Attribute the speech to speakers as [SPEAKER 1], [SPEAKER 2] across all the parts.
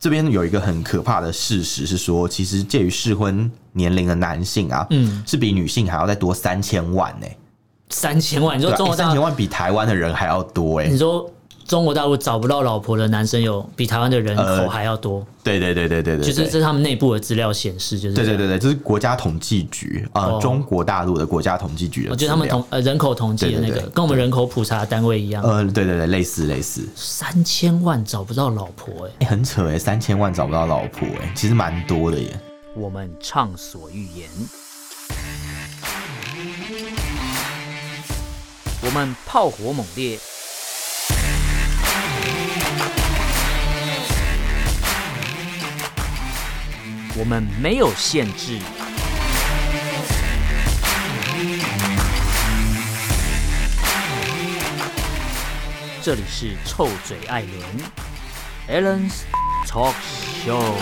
[SPEAKER 1] 这边有一个很可怕的事实是说，其实介于适婚年龄的男性啊，
[SPEAKER 2] 嗯
[SPEAKER 1] 是比女性还要再多三千万呢、
[SPEAKER 2] 三千万，你
[SPEAKER 1] 对
[SPEAKER 2] 说
[SPEAKER 1] 啊，
[SPEAKER 2] 中国
[SPEAKER 1] 三
[SPEAKER 2] 大嗯
[SPEAKER 1] 千
[SPEAKER 2] 陆，
[SPEAKER 1] 万比台湾的人还要多哎、
[SPEAKER 2] 你说中国大陆找不到老婆的男生有比台湾的人口还要多，
[SPEAKER 1] 对对对对呃对对，
[SPEAKER 2] 就是
[SPEAKER 1] 对
[SPEAKER 2] 这是他们内部的资料显示，就是
[SPEAKER 1] 对
[SPEAKER 2] 这
[SPEAKER 1] 对
[SPEAKER 2] 样。
[SPEAKER 1] 对对，这是国家统计局啊、呃
[SPEAKER 2] 哦
[SPEAKER 1] 中国大陆的国家统计局的资料，
[SPEAKER 2] 我觉得他们啊统呃人口统计的那
[SPEAKER 1] 对
[SPEAKER 2] 个
[SPEAKER 1] 对对
[SPEAKER 2] 跟我们人口普查单位一样，
[SPEAKER 1] 呃，对对对，类似类似，
[SPEAKER 2] 三千万找不到老婆哎、
[SPEAKER 1] 欸很扯哎、三千万找不到老婆哎、其实蛮多的耶。
[SPEAKER 2] 我们畅所欲言，我们炮火猛烈，我们没有限制。这里是臭嘴艾伦 a l l e n s Talk Show。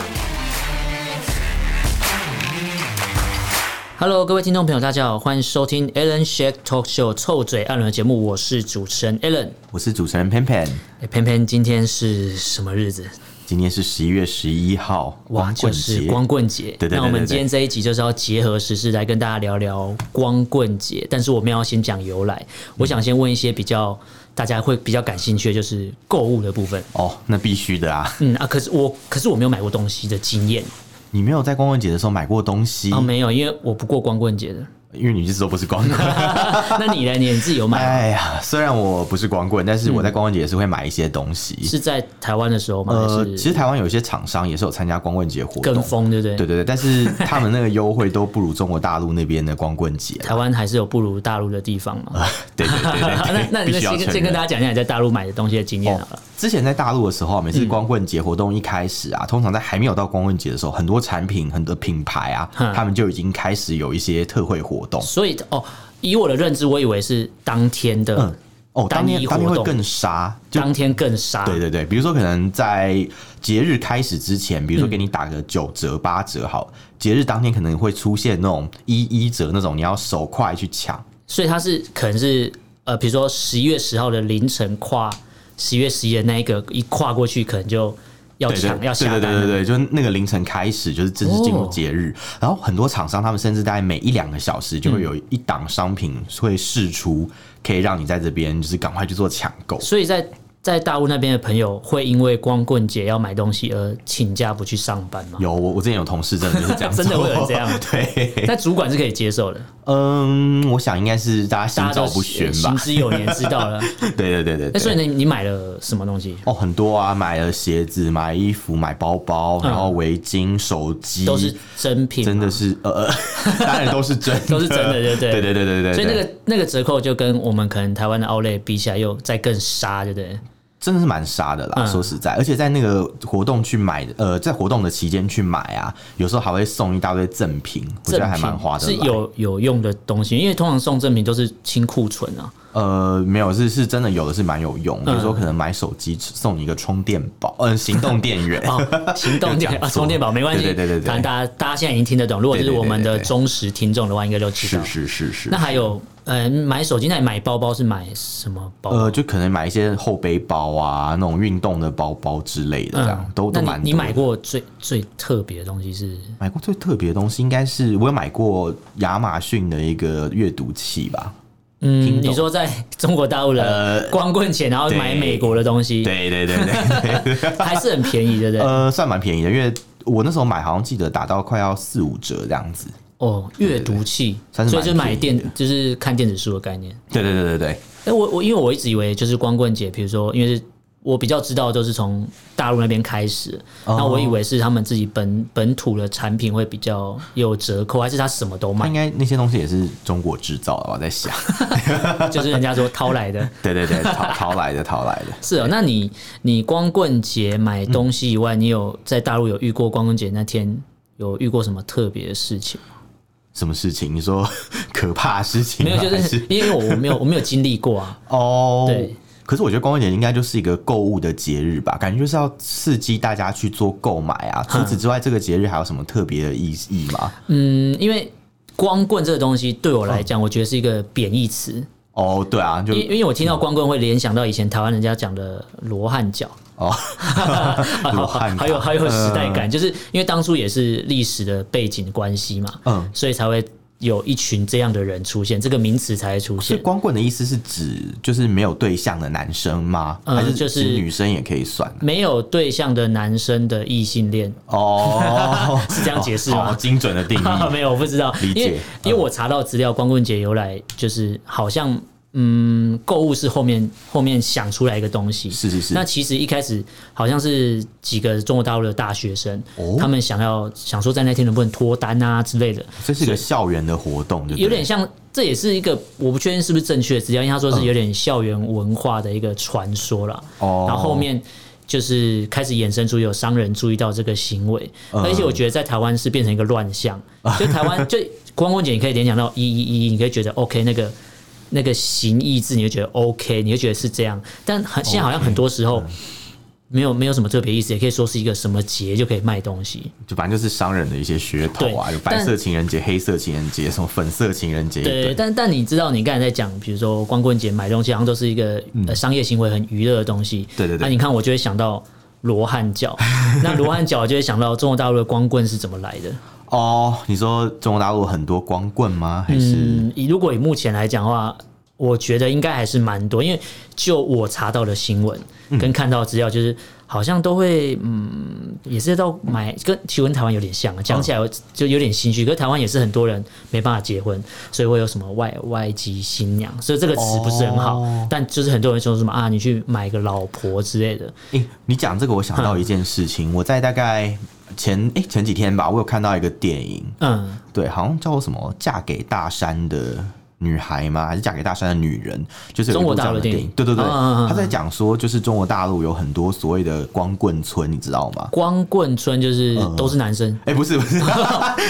[SPEAKER 2] Hello，各位听众朋友，大家好，欢迎收听 Alan Shake Talk Show 臭嘴艾伦的节目，我是主持人 Alan。
[SPEAKER 1] 我是主持人 Pan Pan，
[SPEAKER 2] 哎偏偏今天是什么日子？
[SPEAKER 1] 今天是十一月十一号，
[SPEAKER 2] 哇，
[SPEAKER 1] 光
[SPEAKER 2] 就
[SPEAKER 1] 棍
[SPEAKER 2] 是
[SPEAKER 1] 节。
[SPEAKER 2] 光棍节。
[SPEAKER 1] 对对对对对
[SPEAKER 2] 那我们今天这一集就是要结合时事来跟大家聊聊光棍节，但是我们要先讲由来。我想先问一些比较大家会比较感兴趣的，就是购物的部分。
[SPEAKER 1] 哦，那必须的啊！
[SPEAKER 2] 嗯啊，可是我可是我没有买过东西的经验
[SPEAKER 1] 你没有在光棍节的时候买过东西，
[SPEAKER 2] 啊，没有，因为我不过光棍节 的。
[SPEAKER 1] 因为你一直都不是光棍。
[SPEAKER 2] 那你呢？你自己有买吗？
[SPEAKER 1] 哎呀，虽然我不是光棍，但是我在光棍节也是会买一些东西。
[SPEAKER 2] 是在台湾的时候吗？
[SPEAKER 1] 呃
[SPEAKER 2] 还，是
[SPEAKER 1] 其实台湾有一些厂商也是有参加光棍节活
[SPEAKER 2] 跟
[SPEAKER 1] 动，
[SPEAKER 2] 风，对不对？
[SPEAKER 1] 对对对，但是他们那个优惠都不如中国大陆那边的光棍 节。
[SPEAKER 2] 台湾还是有不如大陆的地方嘛。
[SPEAKER 1] 对啊对对对对，
[SPEAKER 2] 那那
[SPEAKER 1] 必
[SPEAKER 2] 你
[SPEAKER 1] 须要
[SPEAKER 2] 先
[SPEAKER 1] 承
[SPEAKER 2] 先
[SPEAKER 1] 认
[SPEAKER 2] 跟
[SPEAKER 1] 哦
[SPEAKER 2] 大家讲一下你在大陆买的东西的经验好了。
[SPEAKER 1] 之前在大陆的时候啊，每
[SPEAKER 2] 嗯
[SPEAKER 1] 次光棍节活动一开始啊，通常在还没有到光棍节的时候，很多产品、很多品牌啊，
[SPEAKER 2] 嗯
[SPEAKER 1] 他们就已经开始有一些特惠活动。
[SPEAKER 2] 所以哦，以我的认知，我以为是当天的，
[SPEAKER 1] 嗯，哦，当
[SPEAKER 2] 单
[SPEAKER 1] 天
[SPEAKER 2] 一
[SPEAKER 1] 当天
[SPEAKER 2] 活
[SPEAKER 1] 会
[SPEAKER 2] 动
[SPEAKER 1] 更杀，就
[SPEAKER 2] 当天更杀。
[SPEAKER 1] 对对对，比如说可能在节日开始之前，比如说给你打个九折、八折好了，节日当天可能会出现那种一一折那种，你要手快去抢。
[SPEAKER 2] 所以它是可能是呃，比如说十一月十号的凌晨跨十一月十一的那一个一跨过去，可能就要
[SPEAKER 1] 对对
[SPEAKER 2] 抢要下
[SPEAKER 1] 对对
[SPEAKER 2] 单
[SPEAKER 1] 对对对，
[SPEAKER 2] 了。
[SPEAKER 1] 就是那个凌晨开始，就是正式进入节日。
[SPEAKER 2] 嗯
[SPEAKER 1] 然后很多厂商他们甚至在每一两个小时就会有一档商品会试出，可以让你在这边就是赶快去做抢购。
[SPEAKER 2] 所以在在大陆那边的朋友会因为光棍节要买东西而请假不去上班吗？
[SPEAKER 1] 有我我之前有同事真的就是这样做，
[SPEAKER 2] 真的会有人这样
[SPEAKER 1] 对，
[SPEAKER 2] 那主管是可以接受的，
[SPEAKER 1] 嗯，我想应该是大家心
[SPEAKER 2] 大家
[SPEAKER 1] 照
[SPEAKER 2] 都
[SPEAKER 1] 不宣吧
[SPEAKER 2] 行。之有年，知道了。
[SPEAKER 1] 对对对对
[SPEAKER 2] 那所以
[SPEAKER 1] 对。
[SPEAKER 2] 呢，你买了什么东西？
[SPEAKER 1] 哦，很多啊，买了鞋子、买衣服、买包包，然后围巾、手机，
[SPEAKER 2] 都是真品吗，
[SPEAKER 1] 真的是呃， 呃当然都是真的，
[SPEAKER 2] 都是真的对不对
[SPEAKER 1] 对对对对对。
[SPEAKER 2] 所以
[SPEAKER 1] 对
[SPEAKER 2] 那个那个折扣就跟我们可能台湾的奥莱比起来又再更杀，对不对？
[SPEAKER 1] 真的是蛮杀的啦，
[SPEAKER 2] 嗯
[SPEAKER 1] 说实在，而且在那个活动去买，呃，在活动的期间去买啊，有时候还会送一大堆赠品，我觉得还蛮划得
[SPEAKER 2] 是
[SPEAKER 1] 来。
[SPEAKER 2] 有有用的东西，因为通常送赠品都是清库存啊。
[SPEAKER 1] 呃，没有，是是真的有的是蛮有用，
[SPEAKER 2] 嗯
[SPEAKER 1] 比如说可能买手机送你一个充电宝，嗯、行动电源，
[SPEAKER 2] 哦，行动电
[SPEAKER 1] 有讲
[SPEAKER 2] 啊，
[SPEAKER 1] 错
[SPEAKER 2] 充电宝没关系，
[SPEAKER 1] 对对对对对
[SPEAKER 2] 反正大家大家现在已经听得懂。如果
[SPEAKER 1] 对
[SPEAKER 2] 是
[SPEAKER 1] 对对
[SPEAKER 2] 我们的
[SPEAKER 1] 对对对
[SPEAKER 2] 忠实听众的话，应该都知 道
[SPEAKER 1] 是。是是是
[SPEAKER 2] 啊那。还有，嗯，买手机那买包包是买什么包？
[SPEAKER 1] 呃，就可能买一些后背包啊，那种运动的包包之类的，这样、呃都都
[SPEAKER 2] 嗯那
[SPEAKER 1] 蛮多的。
[SPEAKER 2] 你你买过最最特别的东西是？
[SPEAKER 1] 买过最特别的东西，应该是我有买过亚马逊的一个阅读器吧？
[SPEAKER 2] 嗯，
[SPEAKER 1] 听懂
[SPEAKER 2] 你说在中国大陆的
[SPEAKER 1] 呃
[SPEAKER 2] 光棍节，然后
[SPEAKER 1] 对
[SPEAKER 2] 买美国的东西，
[SPEAKER 1] 对对对对
[SPEAKER 2] 还是很便宜，对不对？
[SPEAKER 1] 呃，算蛮便宜的，因为我那时候买好像记得打到快要四五折这样子。
[SPEAKER 2] 哦，阅读器，
[SPEAKER 1] 算是
[SPEAKER 2] 所以就
[SPEAKER 1] 蛮
[SPEAKER 2] 买
[SPEAKER 1] 便宜
[SPEAKER 2] 电，就是看电子书的概念。
[SPEAKER 1] 对对对对对，
[SPEAKER 2] 哎，我我因为我一直以为就是光棍节，比如说，因为是我比较知道都是从大陆那边开始，
[SPEAKER 1] 哦
[SPEAKER 2] 那、我以为是他们自己本本土的产品会比较有折扣，还是他什么都
[SPEAKER 1] 它
[SPEAKER 2] 买
[SPEAKER 1] 应，该那些东西也是中国制造的吧，我在 想。
[SPEAKER 2] 就是人家说掏来 的。
[SPEAKER 1] 对对对，淘淘来的，淘来的。
[SPEAKER 2] 是哦，那你你光棍节买东西以外，你有在大陆有遇过光棍节那天有遇过什么特别的事情？
[SPEAKER 1] 什么事情？你说 可怕的事情
[SPEAKER 2] 没
[SPEAKER 1] 吗？
[SPEAKER 2] 有，就
[SPEAKER 1] 还
[SPEAKER 2] 是因为我没有我没有经历 过啊。
[SPEAKER 1] 哦。
[SPEAKER 2] 对
[SPEAKER 1] 可是我觉得光棍节应该就是一个购物的节日吧，感觉就是要刺激大家去做购买
[SPEAKER 2] 嗯
[SPEAKER 1] 啊。除此之外，这个节日还有什么特别的意义吗？
[SPEAKER 2] 嗯，因为光棍这个东西对我来讲，我觉得是一个贬义词。
[SPEAKER 1] 哦，对啊，就
[SPEAKER 2] 因因为我听到光棍会联想到以前台湾人家讲的罗汉脚，
[SPEAKER 1] 哦，
[SPEAKER 2] 好
[SPEAKER 1] 罗
[SPEAKER 2] 好
[SPEAKER 1] 汉
[SPEAKER 2] 还有
[SPEAKER 1] 脚嗯
[SPEAKER 2] 还有时代感，就是因为当初也是历史的背景关系嘛，
[SPEAKER 1] 嗯
[SPEAKER 2] 所以才会有一群这样的人出现，这个名词才会出
[SPEAKER 1] 所以
[SPEAKER 2] 现。
[SPEAKER 1] 光棍的意思是指就是没有对象的男生吗？
[SPEAKER 2] 呃
[SPEAKER 1] 还是
[SPEAKER 2] 就是
[SPEAKER 1] 指女生也可以算？
[SPEAKER 2] 没有对象的男生的异性恋
[SPEAKER 1] 哦，
[SPEAKER 2] 是这样 解释
[SPEAKER 1] 好
[SPEAKER 2] 吗？
[SPEAKER 1] 精准的定义。
[SPEAKER 2] 没有，我不知道，
[SPEAKER 1] 理解嗯
[SPEAKER 2] 因为因为我查到资料，光棍节由来就是好像嗯，购物是后面后面想出来一个东西，
[SPEAKER 1] 是是是
[SPEAKER 2] 那其实一开始好像是几个中国大陆的大学生，
[SPEAKER 1] 哦
[SPEAKER 2] 他们想要想说在那天能不能脱单啊之类的，
[SPEAKER 1] 这是一个校园的活动，就对
[SPEAKER 2] 有点像，这也是一个我不确定是不是正确的资料，因为他说是有点校园文化的一个传说啦。
[SPEAKER 1] 嗯哦
[SPEAKER 2] 然后后面就是开始衍生出有商人注意到这个行为，
[SPEAKER 1] 嗯
[SPEAKER 2] 而且我觉得在台湾是变成一个乱象，就台 湾就光棍节你可以联想到一一一，你可以觉得 OK 那个。那个形意字，你就觉得 OK，你就觉得是这样，但很现在好像很多时候
[SPEAKER 1] 嗯
[SPEAKER 2] 没有没有什么特别意思，也可以说是一个什么节就可以卖东西。
[SPEAKER 1] 就反正就是商人的一些噱头啊，
[SPEAKER 2] 对
[SPEAKER 1] 有白色情人节、黑色情人节，什么粉色情人节一
[SPEAKER 2] 对，
[SPEAKER 1] 堆，
[SPEAKER 2] 但但你知道，你刚才在讲，比如说光棍节买东西，好像都是一个、呃、商业行为，很娱乐的东西。
[SPEAKER 1] 嗯
[SPEAKER 2] 啊
[SPEAKER 1] 对对对
[SPEAKER 2] 那、你看，我就会想到罗汉 脚，那罗汉脚就会想到中国大陆的光棍是怎么来的。
[SPEAKER 1] 哦，你说中国大陆很多光棍吗？还是
[SPEAKER 2] 嗯，以如果以目前来讲的话，我觉得应该还是蛮多，因为就我查到的新闻
[SPEAKER 1] 嗯
[SPEAKER 2] 跟看到的资料，就是好像都会嗯，也是到买跟其实跟台湾有点像啊，
[SPEAKER 1] 嗯
[SPEAKER 2] 讲起来我就有点心虚。可是台湾也是很多人没办法结婚，所以会有什么外外籍新娘，所以这个词不是很好，
[SPEAKER 1] 哦
[SPEAKER 2] 但就是很多人说什么啊，你去买个老婆之类的，
[SPEAKER 1] 诶、你讲这个，我想到一件事
[SPEAKER 2] 嗯
[SPEAKER 1] 情，我在大概前诶、前几天吧，我有看到一个电影，
[SPEAKER 2] 嗯，
[SPEAKER 1] 对，好像叫做什么《嫁给大山的女孩》吗？还是《嫁给大山的女人》？就是有一
[SPEAKER 2] 中国
[SPEAKER 1] 部这
[SPEAKER 2] 大
[SPEAKER 1] 样
[SPEAKER 2] 陆
[SPEAKER 1] 的
[SPEAKER 2] 的电
[SPEAKER 1] 电
[SPEAKER 2] 影
[SPEAKER 1] 影，对对对，
[SPEAKER 2] 啊啊啊啊
[SPEAKER 1] 他在讲说，就是中国大陆有很多所谓的光棍村，你知道吗？
[SPEAKER 2] 光棍村就是都是男生。
[SPEAKER 1] 哎、不是不 是，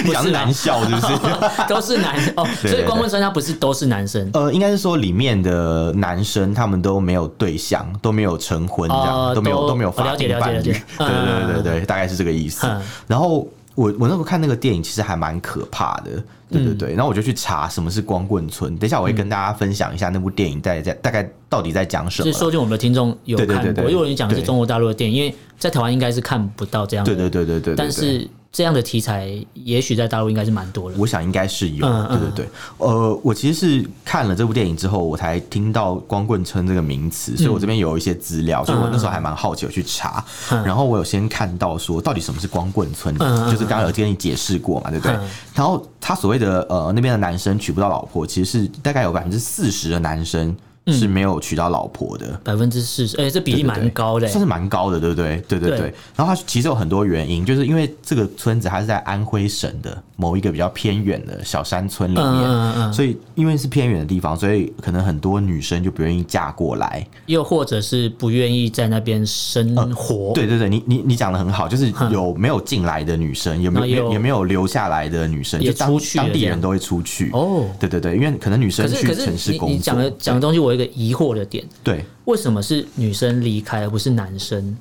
[SPEAKER 1] 你讲
[SPEAKER 2] 不
[SPEAKER 1] 是
[SPEAKER 2] 是吗
[SPEAKER 1] 男校是不 是？
[SPEAKER 2] 都是啊男哦，
[SPEAKER 1] 对对
[SPEAKER 2] 所以光棍村它不是都是男生，
[SPEAKER 1] 呃，应该是说里面的男生他们都没有对象，都没有成婚这样，
[SPEAKER 2] 哦
[SPEAKER 1] 都没有
[SPEAKER 2] 都
[SPEAKER 1] 都没有
[SPEAKER 2] 哦
[SPEAKER 1] 法
[SPEAKER 2] 了解
[SPEAKER 1] 定
[SPEAKER 2] 了解
[SPEAKER 1] 伴
[SPEAKER 2] 了
[SPEAKER 1] 侣。
[SPEAKER 2] 解
[SPEAKER 1] 对对对对对，大概是这个意思
[SPEAKER 2] 嗯。
[SPEAKER 1] 然后我我那时候看那个电影，其实还蛮可怕的。对对
[SPEAKER 2] 嗯
[SPEAKER 1] 对，然后我就去查什么是光棍村。等一下我会跟大家分享一下那部电影在在大概到底在讲什
[SPEAKER 2] 就
[SPEAKER 1] 么
[SPEAKER 2] 是。说就我们的听众有
[SPEAKER 1] 对
[SPEAKER 2] 看
[SPEAKER 1] 对
[SPEAKER 2] 过，
[SPEAKER 1] 对对
[SPEAKER 2] 因为我跟你讲的是
[SPEAKER 1] 对
[SPEAKER 2] 中国大陆的电影，因为在台湾应该是看不到这样的，
[SPEAKER 1] 对对对对对对，
[SPEAKER 2] 但
[SPEAKER 1] 对
[SPEAKER 2] 是这样的题材也许在大陆应该是蛮多的。
[SPEAKER 1] 我想应该是有，
[SPEAKER 2] 嗯嗯
[SPEAKER 1] 对对对。呃，我其实是看了这部电影之后，我才听到“光棍村”这个名词，
[SPEAKER 2] 嗯
[SPEAKER 1] 所以我这边有一些资料，所以我那时候还蛮好奇，我去查。然后我有先看到说，到底什么是光棍村，
[SPEAKER 2] 嗯嗯嗯
[SPEAKER 1] 就是刚刚有跟你解释过嘛，对不对
[SPEAKER 2] 嗯？
[SPEAKER 1] 然后他所谓的呃那边的男生娶不到老婆，其实是大概有百分之四十的男生
[SPEAKER 2] 嗯
[SPEAKER 1] 是没有娶到老婆的。
[SPEAKER 2] 百分之四十，哎，这比例
[SPEAKER 1] 对对对
[SPEAKER 2] 蛮高的、
[SPEAKER 1] 算是蛮高的，对不对？对对对。
[SPEAKER 2] 对
[SPEAKER 1] 然后它其实有很多原因，就是因为这个村子它是在安徽省的某一个比较偏远的小山村里面，
[SPEAKER 2] 嗯嗯嗯嗯
[SPEAKER 1] 所以因为是偏远的地方，所以可能很多女生就不愿意嫁过来。
[SPEAKER 2] 又或者是不愿意在那边生活。
[SPEAKER 1] 对对对，你你你讲的很好，就是有没有进来的女生，有没
[SPEAKER 2] 嗯那也
[SPEAKER 1] 有
[SPEAKER 2] 有
[SPEAKER 1] 也没有留下来的女生，
[SPEAKER 2] 也
[SPEAKER 1] 就当
[SPEAKER 2] 出去了
[SPEAKER 1] 当地
[SPEAKER 2] 这样
[SPEAKER 1] 人都会出去。
[SPEAKER 2] 哦
[SPEAKER 1] 对对对，因为可能女生
[SPEAKER 2] 可是
[SPEAKER 1] 去
[SPEAKER 2] 可是
[SPEAKER 1] 城市
[SPEAKER 2] 你
[SPEAKER 1] 工作，
[SPEAKER 2] 你讲的讲的东西，我有一个疑惑的点，
[SPEAKER 1] 对。
[SPEAKER 2] 为什么是女生离开而不是男生？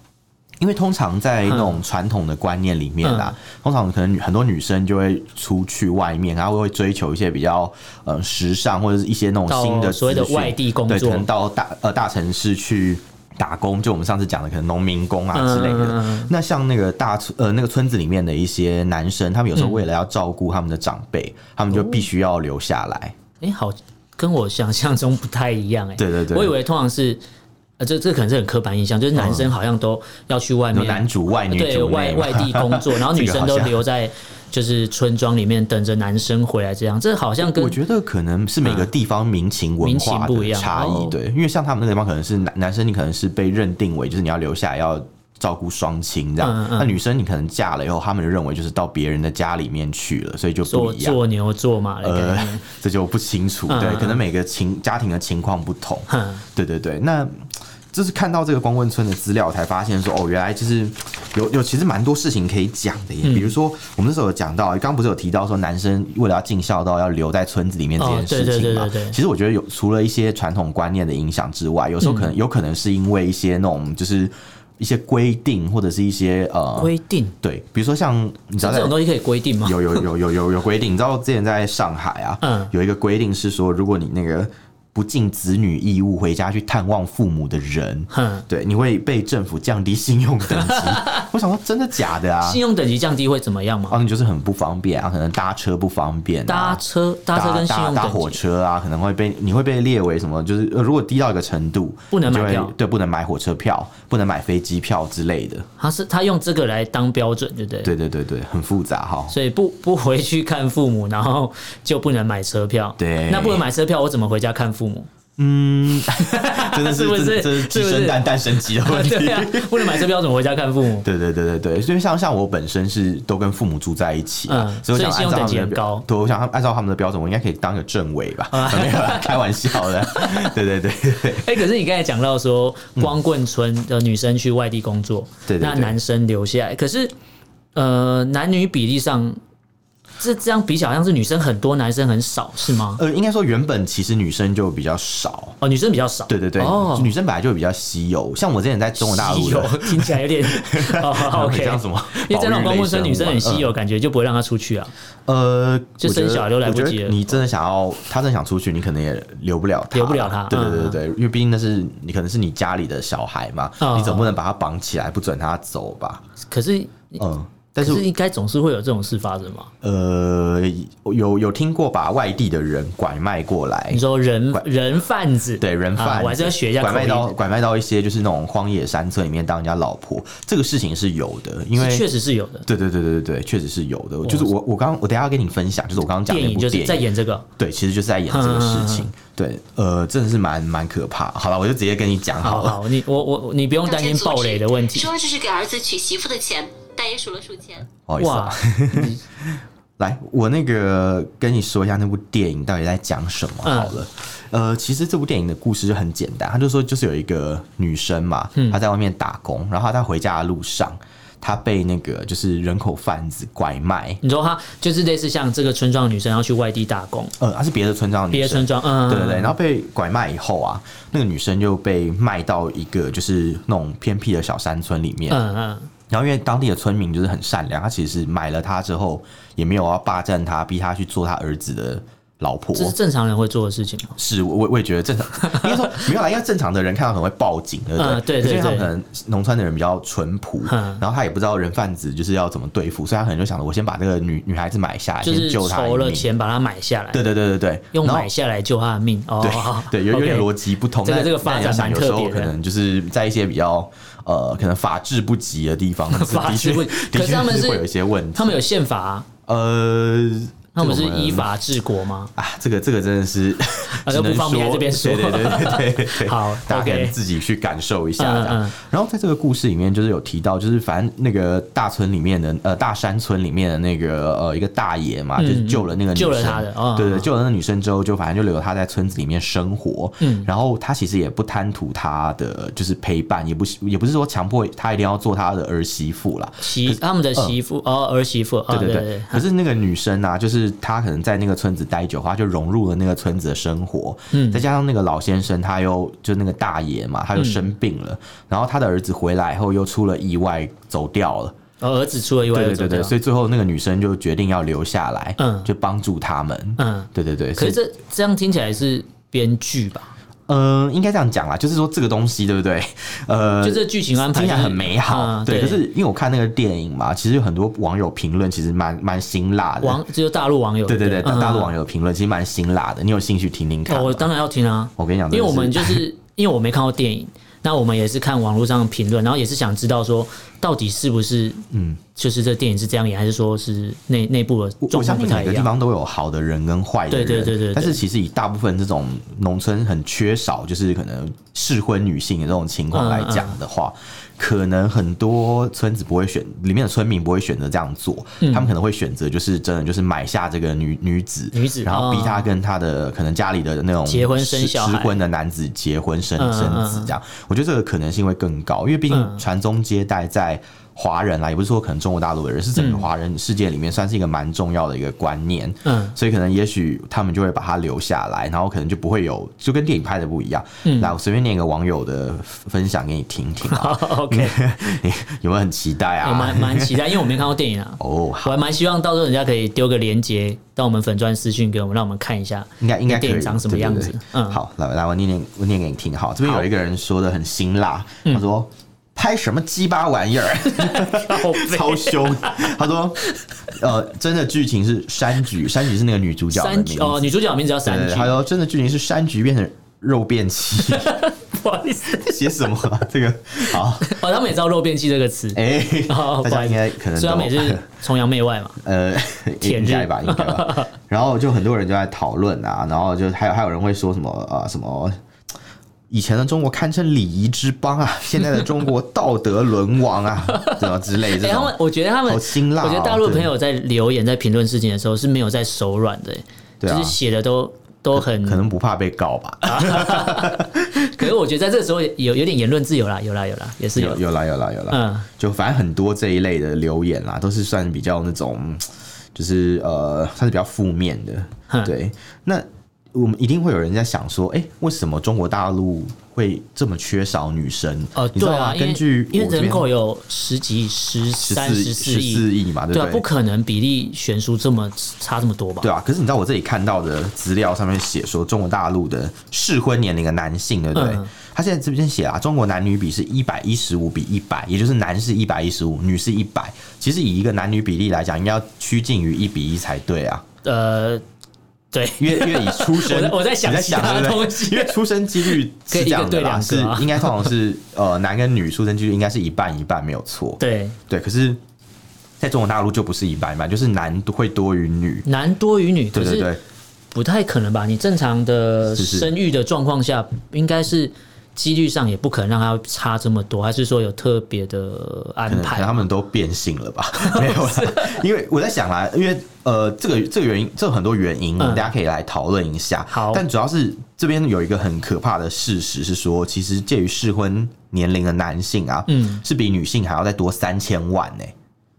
[SPEAKER 1] 因为通常在那
[SPEAKER 2] 嗯
[SPEAKER 1] 种传统的观念里面啊，通常可能女很多女生就会出去外面，然后会追求一些比较呃时尚或者是一些那种哦新的
[SPEAKER 2] 到所谓的
[SPEAKER 1] 资讯
[SPEAKER 2] 外地工作
[SPEAKER 1] 对，可能到大呃大城市去。打工就我们上次讲的，可能农民工啊
[SPEAKER 2] 嗯
[SPEAKER 1] 之类的。
[SPEAKER 2] 嗯
[SPEAKER 1] 那像那个大村呃那个村子里面的一些男生，他们有时候为了要照顾他们的长辈，他
[SPEAKER 2] 哦
[SPEAKER 1] 们就必须要留下来。
[SPEAKER 2] 哎、好，跟我想象中不太一样、哎，
[SPEAKER 1] 对对对
[SPEAKER 2] 我以为通常是，呃，这这可能是很刻板印象，就是男生好像都要去外
[SPEAKER 1] 哦有
[SPEAKER 2] 面
[SPEAKER 1] 男主外女主内
[SPEAKER 2] 对
[SPEAKER 1] 嘛
[SPEAKER 2] 外外地工 作，然后女生都留在就是村庄里面等着男生回来，这样这好像跟嗯
[SPEAKER 1] 我觉得可能是每个地方民情文
[SPEAKER 2] 民情
[SPEAKER 1] 化
[SPEAKER 2] 不一
[SPEAKER 1] 的
[SPEAKER 2] 样
[SPEAKER 1] 差
[SPEAKER 2] 哦
[SPEAKER 1] 异，对，因为像他们那个地方可能是男男生，你可能是被认定为就是你要留下来要照顾双亲这
[SPEAKER 2] 嗯
[SPEAKER 1] 样，
[SPEAKER 2] 嗯
[SPEAKER 1] 那女生你可能嫁了以后，他们就认为就是到别人的家里面去了，所以就不
[SPEAKER 2] 做
[SPEAKER 1] 一样。
[SPEAKER 2] 做牛做马的
[SPEAKER 1] 呃
[SPEAKER 2] 概念。，
[SPEAKER 1] 这就不清楚，
[SPEAKER 2] 嗯
[SPEAKER 1] 对
[SPEAKER 2] 嗯，
[SPEAKER 1] 可能每个情家庭的情况不同，
[SPEAKER 2] 哼，
[SPEAKER 1] 对对对，那就是看到这个光棍村的资料，才发现说哦，原来就是有有其实蛮多事情可以讲的耶。
[SPEAKER 2] 嗯
[SPEAKER 1] 比如说，我们那时候有讲到，刚刚不是有提到说男生为了要尽孝道，要留在村子里面这件事情嘛？
[SPEAKER 2] 哦对对对对对嗯
[SPEAKER 1] 其实我觉得有除了一些传统观念的影响之外，有时候可能、有可能是因为一些那种就是一些规定或者是一些呃。
[SPEAKER 2] 规定
[SPEAKER 1] 对，比如说像你知道
[SPEAKER 2] 这
[SPEAKER 1] 在
[SPEAKER 2] 种东西可以规定吗？
[SPEAKER 1] 哦 有有有有有有规定，你知道之前在上海啊，
[SPEAKER 2] 嗯
[SPEAKER 1] 有一个规定是说，如果你那个不尽子女义务回家去探望父母的人，
[SPEAKER 2] 哼，
[SPEAKER 1] 对，你会被政府降低信用等 级。我想说，真的假的啊？
[SPEAKER 2] 信用等级降低会怎么样吗？
[SPEAKER 1] 哦，你就是很不方便啊，可能搭车不方便、啊，
[SPEAKER 2] 搭车搭车跟信
[SPEAKER 1] 搭
[SPEAKER 2] 用等
[SPEAKER 1] 搭火
[SPEAKER 2] 级
[SPEAKER 1] 车啊，可能会被你会被列为什么？就是呃如果低到一个程度，
[SPEAKER 2] 不能买
[SPEAKER 1] 你就会
[SPEAKER 2] 票
[SPEAKER 1] 对，不能买火车票，不能买飞机票之类的。
[SPEAKER 2] 他是他用这个来当标准，对不对？
[SPEAKER 1] 对对对对，很复杂 哈。
[SPEAKER 2] 所以不不回去看父母，然后就不能买车票。
[SPEAKER 1] 对
[SPEAKER 2] 那不能买车票，我怎么回家看父母？
[SPEAKER 1] 真的是
[SPEAKER 2] 是不是
[SPEAKER 1] 这这是鸡
[SPEAKER 2] 是不
[SPEAKER 1] 生
[SPEAKER 2] 是
[SPEAKER 1] 蛋蛋生鸡的问题。
[SPEAKER 2] 对啊，不能买车票，怎么回家看父母？
[SPEAKER 1] 对对对对对，所以像像我本身是都跟父母住在一起啊，
[SPEAKER 2] 嗯
[SPEAKER 1] 所以我想
[SPEAKER 2] 所
[SPEAKER 1] 按
[SPEAKER 2] 以信用
[SPEAKER 1] 照他
[SPEAKER 2] 等级
[SPEAKER 1] 们的
[SPEAKER 2] 很
[SPEAKER 1] 标
[SPEAKER 2] 高
[SPEAKER 1] 对，我想他们按照他们的标准，我应该可以当个政委 吧？没有啦，开玩笑的。 对对对对，
[SPEAKER 2] 哎、可是你刚才讲到说，光棍村的女生去外地工作，
[SPEAKER 1] 对对对
[SPEAKER 2] 那男生留下来。可是，呃，男女比例上，这这样比起来好像是女生很多，男生很少，是吗？
[SPEAKER 1] 呃，应该说原本其实女生就比较少，
[SPEAKER 2] 哦，女生比较少。
[SPEAKER 1] 对对对，
[SPEAKER 2] 哦，
[SPEAKER 1] 女生本来就比较稀有。像我之前在中国大 陆
[SPEAKER 2] 稀有
[SPEAKER 1] 的，
[SPEAKER 2] 听起来 有点 哦，OK，
[SPEAKER 1] 像什么，
[SPEAKER 2] 因为在那种光棍村，女生很稀
[SPEAKER 1] 有。
[SPEAKER 2] 有，感觉就不会让她出去啊，
[SPEAKER 1] 呃，
[SPEAKER 2] 就生小孩都来不及了
[SPEAKER 1] 我觉得你真的想要，她真的想出去，你可能也留不了她，
[SPEAKER 2] 留不了她
[SPEAKER 1] 对对对
[SPEAKER 2] 嗯
[SPEAKER 1] 对，因为毕竟那是你可能是你家里的小孩嘛，
[SPEAKER 2] 嗯
[SPEAKER 1] 你总不能把她绑起来，不准她走吧？
[SPEAKER 2] 可是。
[SPEAKER 1] 嗯，但
[SPEAKER 2] 但是
[SPEAKER 1] 是
[SPEAKER 2] 应该总是会有这种事发生嘛？
[SPEAKER 1] 呃，有有听过把外地的人拐卖过来
[SPEAKER 2] 你。说人
[SPEAKER 1] 拐
[SPEAKER 2] 人贩子，
[SPEAKER 1] 对人贩、
[SPEAKER 2] 啊我还是要学一下
[SPEAKER 1] 拐卖
[SPEAKER 2] 口
[SPEAKER 1] 到
[SPEAKER 2] 音
[SPEAKER 1] 拐卖到一些就是那种荒野山村里面当人家老婆，这个事情是有的，因为
[SPEAKER 2] 是确实是有的。
[SPEAKER 1] 对对对对对对，确实是有的。就是我我刚我等一下要跟你分享，就是我刚刚讲的
[SPEAKER 2] 电
[SPEAKER 1] 那
[SPEAKER 2] 影
[SPEAKER 1] 部
[SPEAKER 2] 就是
[SPEAKER 1] 电
[SPEAKER 2] 在
[SPEAKER 1] 影，
[SPEAKER 2] 演这个，
[SPEAKER 1] 对，其实就是在演这个事
[SPEAKER 2] 嗯
[SPEAKER 1] 情。对，呃，真的是蛮蛮可怕。好了，我就直接跟你讲
[SPEAKER 2] 好
[SPEAKER 1] 好了。
[SPEAKER 2] 好，你我我你不用
[SPEAKER 3] 道
[SPEAKER 2] 担
[SPEAKER 3] 歉
[SPEAKER 2] 心
[SPEAKER 3] 阻
[SPEAKER 2] 暴
[SPEAKER 3] 止
[SPEAKER 2] 雷的问题。
[SPEAKER 3] 说这是给儿子娶媳妇的钱，但也数了数钱。
[SPEAKER 1] 不好意思、啊
[SPEAKER 2] 哇，，
[SPEAKER 1] 来，我那个跟你说一下那部电影到底在讲什么
[SPEAKER 2] 嗯
[SPEAKER 1] 好了。呃，其实这部电影的故事就很简单，他就说就是有一个女生嘛，
[SPEAKER 2] 嗯
[SPEAKER 1] 她在外面打工，然后她在回家的路上，她被那个就是人口贩子拐卖。
[SPEAKER 2] 你说她就是类似像这个村庄的女生要去外地打工，
[SPEAKER 1] 呃，她是别的村庄的女
[SPEAKER 2] 别的
[SPEAKER 1] 生，
[SPEAKER 2] 村庄，嗯，
[SPEAKER 1] 对对对，
[SPEAKER 2] 嗯
[SPEAKER 1] 然后被拐卖以后啊，那个女生就被卖到一个就是那种偏僻的小山村里面。
[SPEAKER 2] 嗯嗯，
[SPEAKER 1] 然后因为当地的村民就是很善良，他其实买了她之后也没有要霸占她，逼她去做她儿子的老婆
[SPEAKER 2] 这。是正常人会做的事情吗？
[SPEAKER 1] 是我我我也觉得正常，应该说没有啦，因为正常的人看到可能会报警，对不对？
[SPEAKER 2] 嗯对对
[SPEAKER 1] 可是因为他们
[SPEAKER 2] 对
[SPEAKER 1] 可能农村的人比较淳朴，
[SPEAKER 2] 嗯
[SPEAKER 1] 然后他也不知道人贩子就是要怎么对付，所以他可能就想着我先把这个女女孩子买下来，
[SPEAKER 2] 就是
[SPEAKER 1] 先救她一
[SPEAKER 2] 筹了
[SPEAKER 1] 命。
[SPEAKER 2] 钱把它买下来，
[SPEAKER 1] 对对对对对，
[SPEAKER 2] 用
[SPEAKER 1] 然后
[SPEAKER 2] 买下来救她的命。哦，
[SPEAKER 1] 对对，有有点
[SPEAKER 2] OK
[SPEAKER 1] 逻辑不通。
[SPEAKER 2] 这个
[SPEAKER 1] 但
[SPEAKER 2] 这个发
[SPEAKER 1] 但你要
[SPEAKER 2] 展
[SPEAKER 1] 想
[SPEAKER 2] 蛮
[SPEAKER 1] 有时
[SPEAKER 2] 特
[SPEAKER 1] 候
[SPEAKER 2] 别
[SPEAKER 1] 可
[SPEAKER 2] 的
[SPEAKER 1] 能就是在一些比较呃，可能法治不及的地方，可是
[SPEAKER 2] 法
[SPEAKER 1] 的
[SPEAKER 2] 治
[SPEAKER 1] 确
[SPEAKER 2] 不
[SPEAKER 1] 的
[SPEAKER 2] 可是他
[SPEAKER 1] 确
[SPEAKER 2] 们
[SPEAKER 1] 是
[SPEAKER 2] 是
[SPEAKER 1] 会有一些问题。
[SPEAKER 2] 他们有宪法啊，
[SPEAKER 1] 呃，
[SPEAKER 2] 他们
[SPEAKER 1] 这
[SPEAKER 2] 是
[SPEAKER 1] 个我
[SPEAKER 2] 依法治国吗？
[SPEAKER 1] 啊，这个这个真的 是
[SPEAKER 2] 啊
[SPEAKER 1] 只
[SPEAKER 2] 就不
[SPEAKER 1] 能
[SPEAKER 2] 方便在这边说
[SPEAKER 1] 对对对对 对对，
[SPEAKER 2] 好
[SPEAKER 1] 大家可
[SPEAKER 2] OK
[SPEAKER 1] 能自己去感受一下
[SPEAKER 2] 嗯
[SPEAKER 1] 这样
[SPEAKER 2] 嗯。
[SPEAKER 1] 然后在这个故事里面，就是有提到，就是反正那个大村里面的呃大山村里面的那个呃一个大爷嘛，就是救了那个女
[SPEAKER 2] 嗯救了
[SPEAKER 1] 生
[SPEAKER 2] 她的哦
[SPEAKER 1] 对对，
[SPEAKER 2] 哦
[SPEAKER 1] 救了那个女生之后，就反正就留她在村子里面生活。嗯，然后他其实也不贪图她的就是陪伴，也不是也不是说强迫她一定要做她的儿媳妇啦，
[SPEAKER 2] 媳他们的媳妇哦，儿媳妇，哦
[SPEAKER 1] 嗯对对
[SPEAKER 2] 对嗯
[SPEAKER 1] 对，可是那个女生啊，就是她可能在那个村子待久的话，她就融入了那个村子的生活。嗯，再加上那个老先生，他又就那个大爷嘛，他又生病
[SPEAKER 2] 嗯
[SPEAKER 1] 了，然后他的儿子回来后又出了意外走掉了。
[SPEAKER 2] 哦儿子出了意外，
[SPEAKER 1] 对对对对，所
[SPEAKER 2] 以
[SPEAKER 1] 以最后那个女生就决定要留下来，
[SPEAKER 2] 嗯
[SPEAKER 1] 就帮助他们。
[SPEAKER 2] 嗯，
[SPEAKER 1] 对对对，
[SPEAKER 2] 可
[SPEAKER 1] 所以
[SPEAKER 2] 是这这样听起来是编剧吧？
[SPEAKER 1] 嗯、应该这样讲啦，就是说这个东西对不 对？呃，
[SPEAKER 2] 就这剧情安排
[SPEAKER 1] 听起来
[SPEAKER 2] 就是
[SPEAKER 1] 很美好，
[SPEAKER 2] 嗯
[SPEAKER 1] 对。
[SPEAKER 2] 对，
[SPEAKER 1] 可是因为我看那个电影嘛，其实有很多网友评论其实蛮蛮辛辣的，
[SPEAKER 2] 网只有大陆网友，
[SPEAKER 1] 对对对，
[SPEAKER 2] 不
[SPEAKER 1] 大大陆
[SPEAKER 2] 嗯
[SPEAKER 1] 网友的评论其实蛮辛辣的，你有兴趣听听看
[SPEAKER 2] 哦，
[SPEAKER 1] 吗？
[SPEAKER 2] 我当然要听啊，
[SPEAKER 1] 我跟你讲，
[SPEAKER 2] 因为我们
[SPEAKER 1] 真的
[SPEAKER 2] 就是 因为我没看过电影，那我们也是看网络上评论，然后也是想知道说到底是不是嗯，就是这电影是这样演，还是说是内内部的
[SPEAKER 1] 我我
[SPEAKER 2] 状
[SPEAKER 1] 相
[SPEAKER 2] 况不
[SPEAKER 1] 信
[SPEAKER 2] 太
[SPEAKER 1] 每
[SPEAKER 2] 一
[SPEAKER 1] 个地
[SPEAKER 2] 样？
[SPEAKER 1] 方都有好的人跟坏的人，
[SPEAKER 2] 对对对对对
[SPEAKER 1] 但是其实以大部分这种农村很缺少，就是可能适婚女性的这种情况来讲的话，
[SPEAKER 2] 嗯
[SPEAKER 1] 可能很多村子不会选，里面的村民不会选择这样做，
[SPEAKER 2] 嗯
[SPEAKER 1] 他们可能会选择就是真的就是买下这个女女子，
[SPEAKER 2] 女子
[SPEAKER 1] 然后逼
[SPEAKER 2] 哦
[SPEAKER 1] 她跟她的可能家里的那种
[SPEAKER 2] 结婚生
[SPEAKER 1] 失
[SPEAKER 2] 小
[SPEAKER 1] 失
[SPEAKER 2] 孩
[SPEAKER 1] 婚的男子结婚生
[SPEAKER 2] 嗯嗯
[SPEAKER 1] 生子
[SPEAKER 2] 嗯
[SPEAKER 1] 这样，我觉得这个可能性会更高，因为毕
[SPEAKER 2] 嗯
[SPEAKER 1] 竟传宗接代在来华人啦，也不是说可能中国大陆的人，是整个华人世界里面算是一个蛮重要的一个观念。
[SPEAKER 2] 嗯
[SPEAKER 1] 所以可能也许他们就会把它留下来，然后可能就不会有，就跟电影拍的不一样。
[SPEAKER 2] 嗯
[SPEAKER 1] 来，我随便念一个网友的分享给你听听啊，
[SPEAKER 2] ，OK，
[SPEAKER 1] 你 有没有很期待
[SPEAKER 2] 我
[SPEAKER 1] 啊
[SPEAKER 2] 蛮？蛮期待，因为我没看过电 影啊。
[SPEAKER 1] 哦，
[SPEAKER 2] 我
[SPEAKER 1] 好，
[SPEAKER 2] 还蛮希望到时候人家可以丢个链接到我们粉钻私讯给我们，让我们看一下
[SPEAKER 1] 应该应该可以
[SPEAKER 2] 电影长什么样子
[SPEAKER 1] 对对对
[SPEAKER 2] 嗯
[SPEAKER 1] 好，来来，我念念我念给你听。好，这边有一个人说的很辛辣，
[SPEAKER 2] 嗯
[SPEAKER 1] 他说。拍什么鸡巴玩意儿，
[SPEAKER 2] 哦
[SPEAKER 1] 超凶！他说，呃，真的剧情是山菊，山菊是那个女主角的
[SPEAKER 2] 三
[SPEAKER 1] 名
[SPEAKER 2] 局
[SPEAKER 1] 字。
[SPEAKER 2] 哦，女主角名字叫三
[SPEAKER 1] 对，
[SPEAKER 2] 局
[SPEAKER 1] 他，说真的剧情是山菊变成肉变器，
[SPEAKER 2] 不好意思，
[SPEAKER 1] 写什么啊、这个好，
[SPEAKER 2] 哦，他们也知道“肉变器”这个词，
[SPEAKER 1] 哎、
[SPEAKER 2] 哦
[SPEAKER 1] 大
[SPEAKER 2] 不好
[SPEAKER 1] 家应
[SPEAKER 2] 意思
[SPEAKER 1] 该可能
[SPEAKER 2] 所以他
[SPEAKER 1] 都
[SPEAKER 2] 们也是崇洋媚外嘛。
[SPEAKER 1] 呃，
[SPEAKER 2] 舔
[SPEAKER 1] 应
[SPEAKER 2] 日
[SPEAKER 1] 该吧，应该 吧。然后就很多人就在讨论啊，然后就还有还有人会说什么呃什么。以前的中国堪称礼仪之邦 啊，现在的中国道德沦亡啊，什么之类
[SPEAKER 2] 哎、
[SPEAKER 1] 这
[SPEAKER 2] 他
[SPEAKER 1] 种
[SPEAKER 2] 们，。我觉得他们，
[SPEAKER 1] 好辛辣哦
[SPEAKER 2] 我觉得大陆的朋友在留言、在评论事情的时候是没有在手软的、
[SPEAKER 1] 对啊
[SPEAKER 2] 就是写的都都很
[SPEAKER 1] 可能不怕被告吧？
[SPEAKER 2] 可是我觉得在这个时候有有点言论自由啦，有啦有啦，也是有
[SPEAKER 1] 有有啦有啦有啦，
[SPEAKER 2] 嗯
[SPEAKER 1] 就反正很多这一类的留言啊啦，都是算比较那种，嗯就是呃，算是比较负面的。
[SPEAKER 2] 哼
[SPEAKER 1] 对，那我们一定会有人在想说，哎、为什么中国大陆会这么缺少女生？
[SPEAKER 2] 哦，
[SPEAKER 1] 你知
[SPEAKER 2] 对
[SPEAKER 1] 道
[SPEAKER 2] 啊，
[SPEAKER 1] 吗？
[SPEAKER 2] 因为
[SPEAKER 1] 根据
[SPEAKER 2] 因为
[SPEAKER 1] 我这
[SPEAKER 2] 人
[SPEAKER 1] 边
[SPEAKER 2] 口有十几、十三、十四
[SPEAKER 1] 四
[SPEAKER 2] 亿，
[SPEAKER 1] 四亿嘛，对
[SPEAKER 2] 对啊
[SPEAKER 1] 不，
[SPEAKER 2] 不
[SPEAKER 1] 对？
[SPEAKER 2] 可能比例悬殊这么差这么多吧？
[SPEAKER 1] 对啊，可是你知道我这里看到的资料上面写说，中国大陆的适婚年龄的男性，对不对？
[SPEAKER 2] 嗯
[SPEAKER 1] 他现在这边写啊，中国男女比是一百一十五比一百，也就是男是一百一十五，女是一百。其实以一个男女比例来讲，应该要趋近于一比一才对啊，
[SPEAKER 2] 呃，对，
[SPEAKER 1] 因为因为以出
[SPEAKER 2] 我
[SPEAKER 1] 生
[SPEAKER 2] 在，我在想
[SPEAKER 1] 你在
[SPEAKER 2] 其他
[SPEAKER 1] 想对不对
[SPEAKER 2] 东西
[SPEAKER 1] 因为出生几率
[SPEAKER 2] 可以
[SPEAKER 1] 是
[SPEAKER 2] 一个
[SPEAKER 1] 这样的
[SPEAKER 2] 对
[SPEAKER 1] 啦，
[SPEAKER 2] 两
[SPEAKER 1] 是
[SPEAKER 2] 个啊
[SPEAKER 1] 应该通常是呃男跟女出生几率应该是一半一半没有错，
[SPEAKER 2] 对，
[SPEAKER 1] 对，可是。在中国大陆就不是一半一半，就是男会多于女，
[SPEAKER 2] 男多于女，
[SPEAKER 1] 对
[SPEAKER 2] 可
[SPEAKER 1] 对
[SPEAKER 2] 是
[SPEAKER 1] 对，
[SPEAKER 2] 不太可能吧？你正常的
[SPEAKER 1] 是是
[SPEAKER 2] 生育的状况下，应该是几率上也不可能让它差这么多，还是说有特别的
[SPEAKER 1] 可
[SPEAKER 2] 安
[SPEAKER 1] 能可
[SPEAKER 2] 排
[SPEAKER 1] 能？他们都变性了 吧？没有啦，因为我在想啦，因为呃，这个这个原因，这有很多原因，
[SPEAKER 2] 嗯
[SPEAKER 1] 大家可以来讨论一下。
[SPEAKER 2] 好
[SPEAKER 1] 但主要是这边有一个很可怕的事实是说，其实介于适婚年龄的男性啊，
[SPEAKER 2] 嗯，
[SPEAKER 1] 是比女性还要再多三千万呢、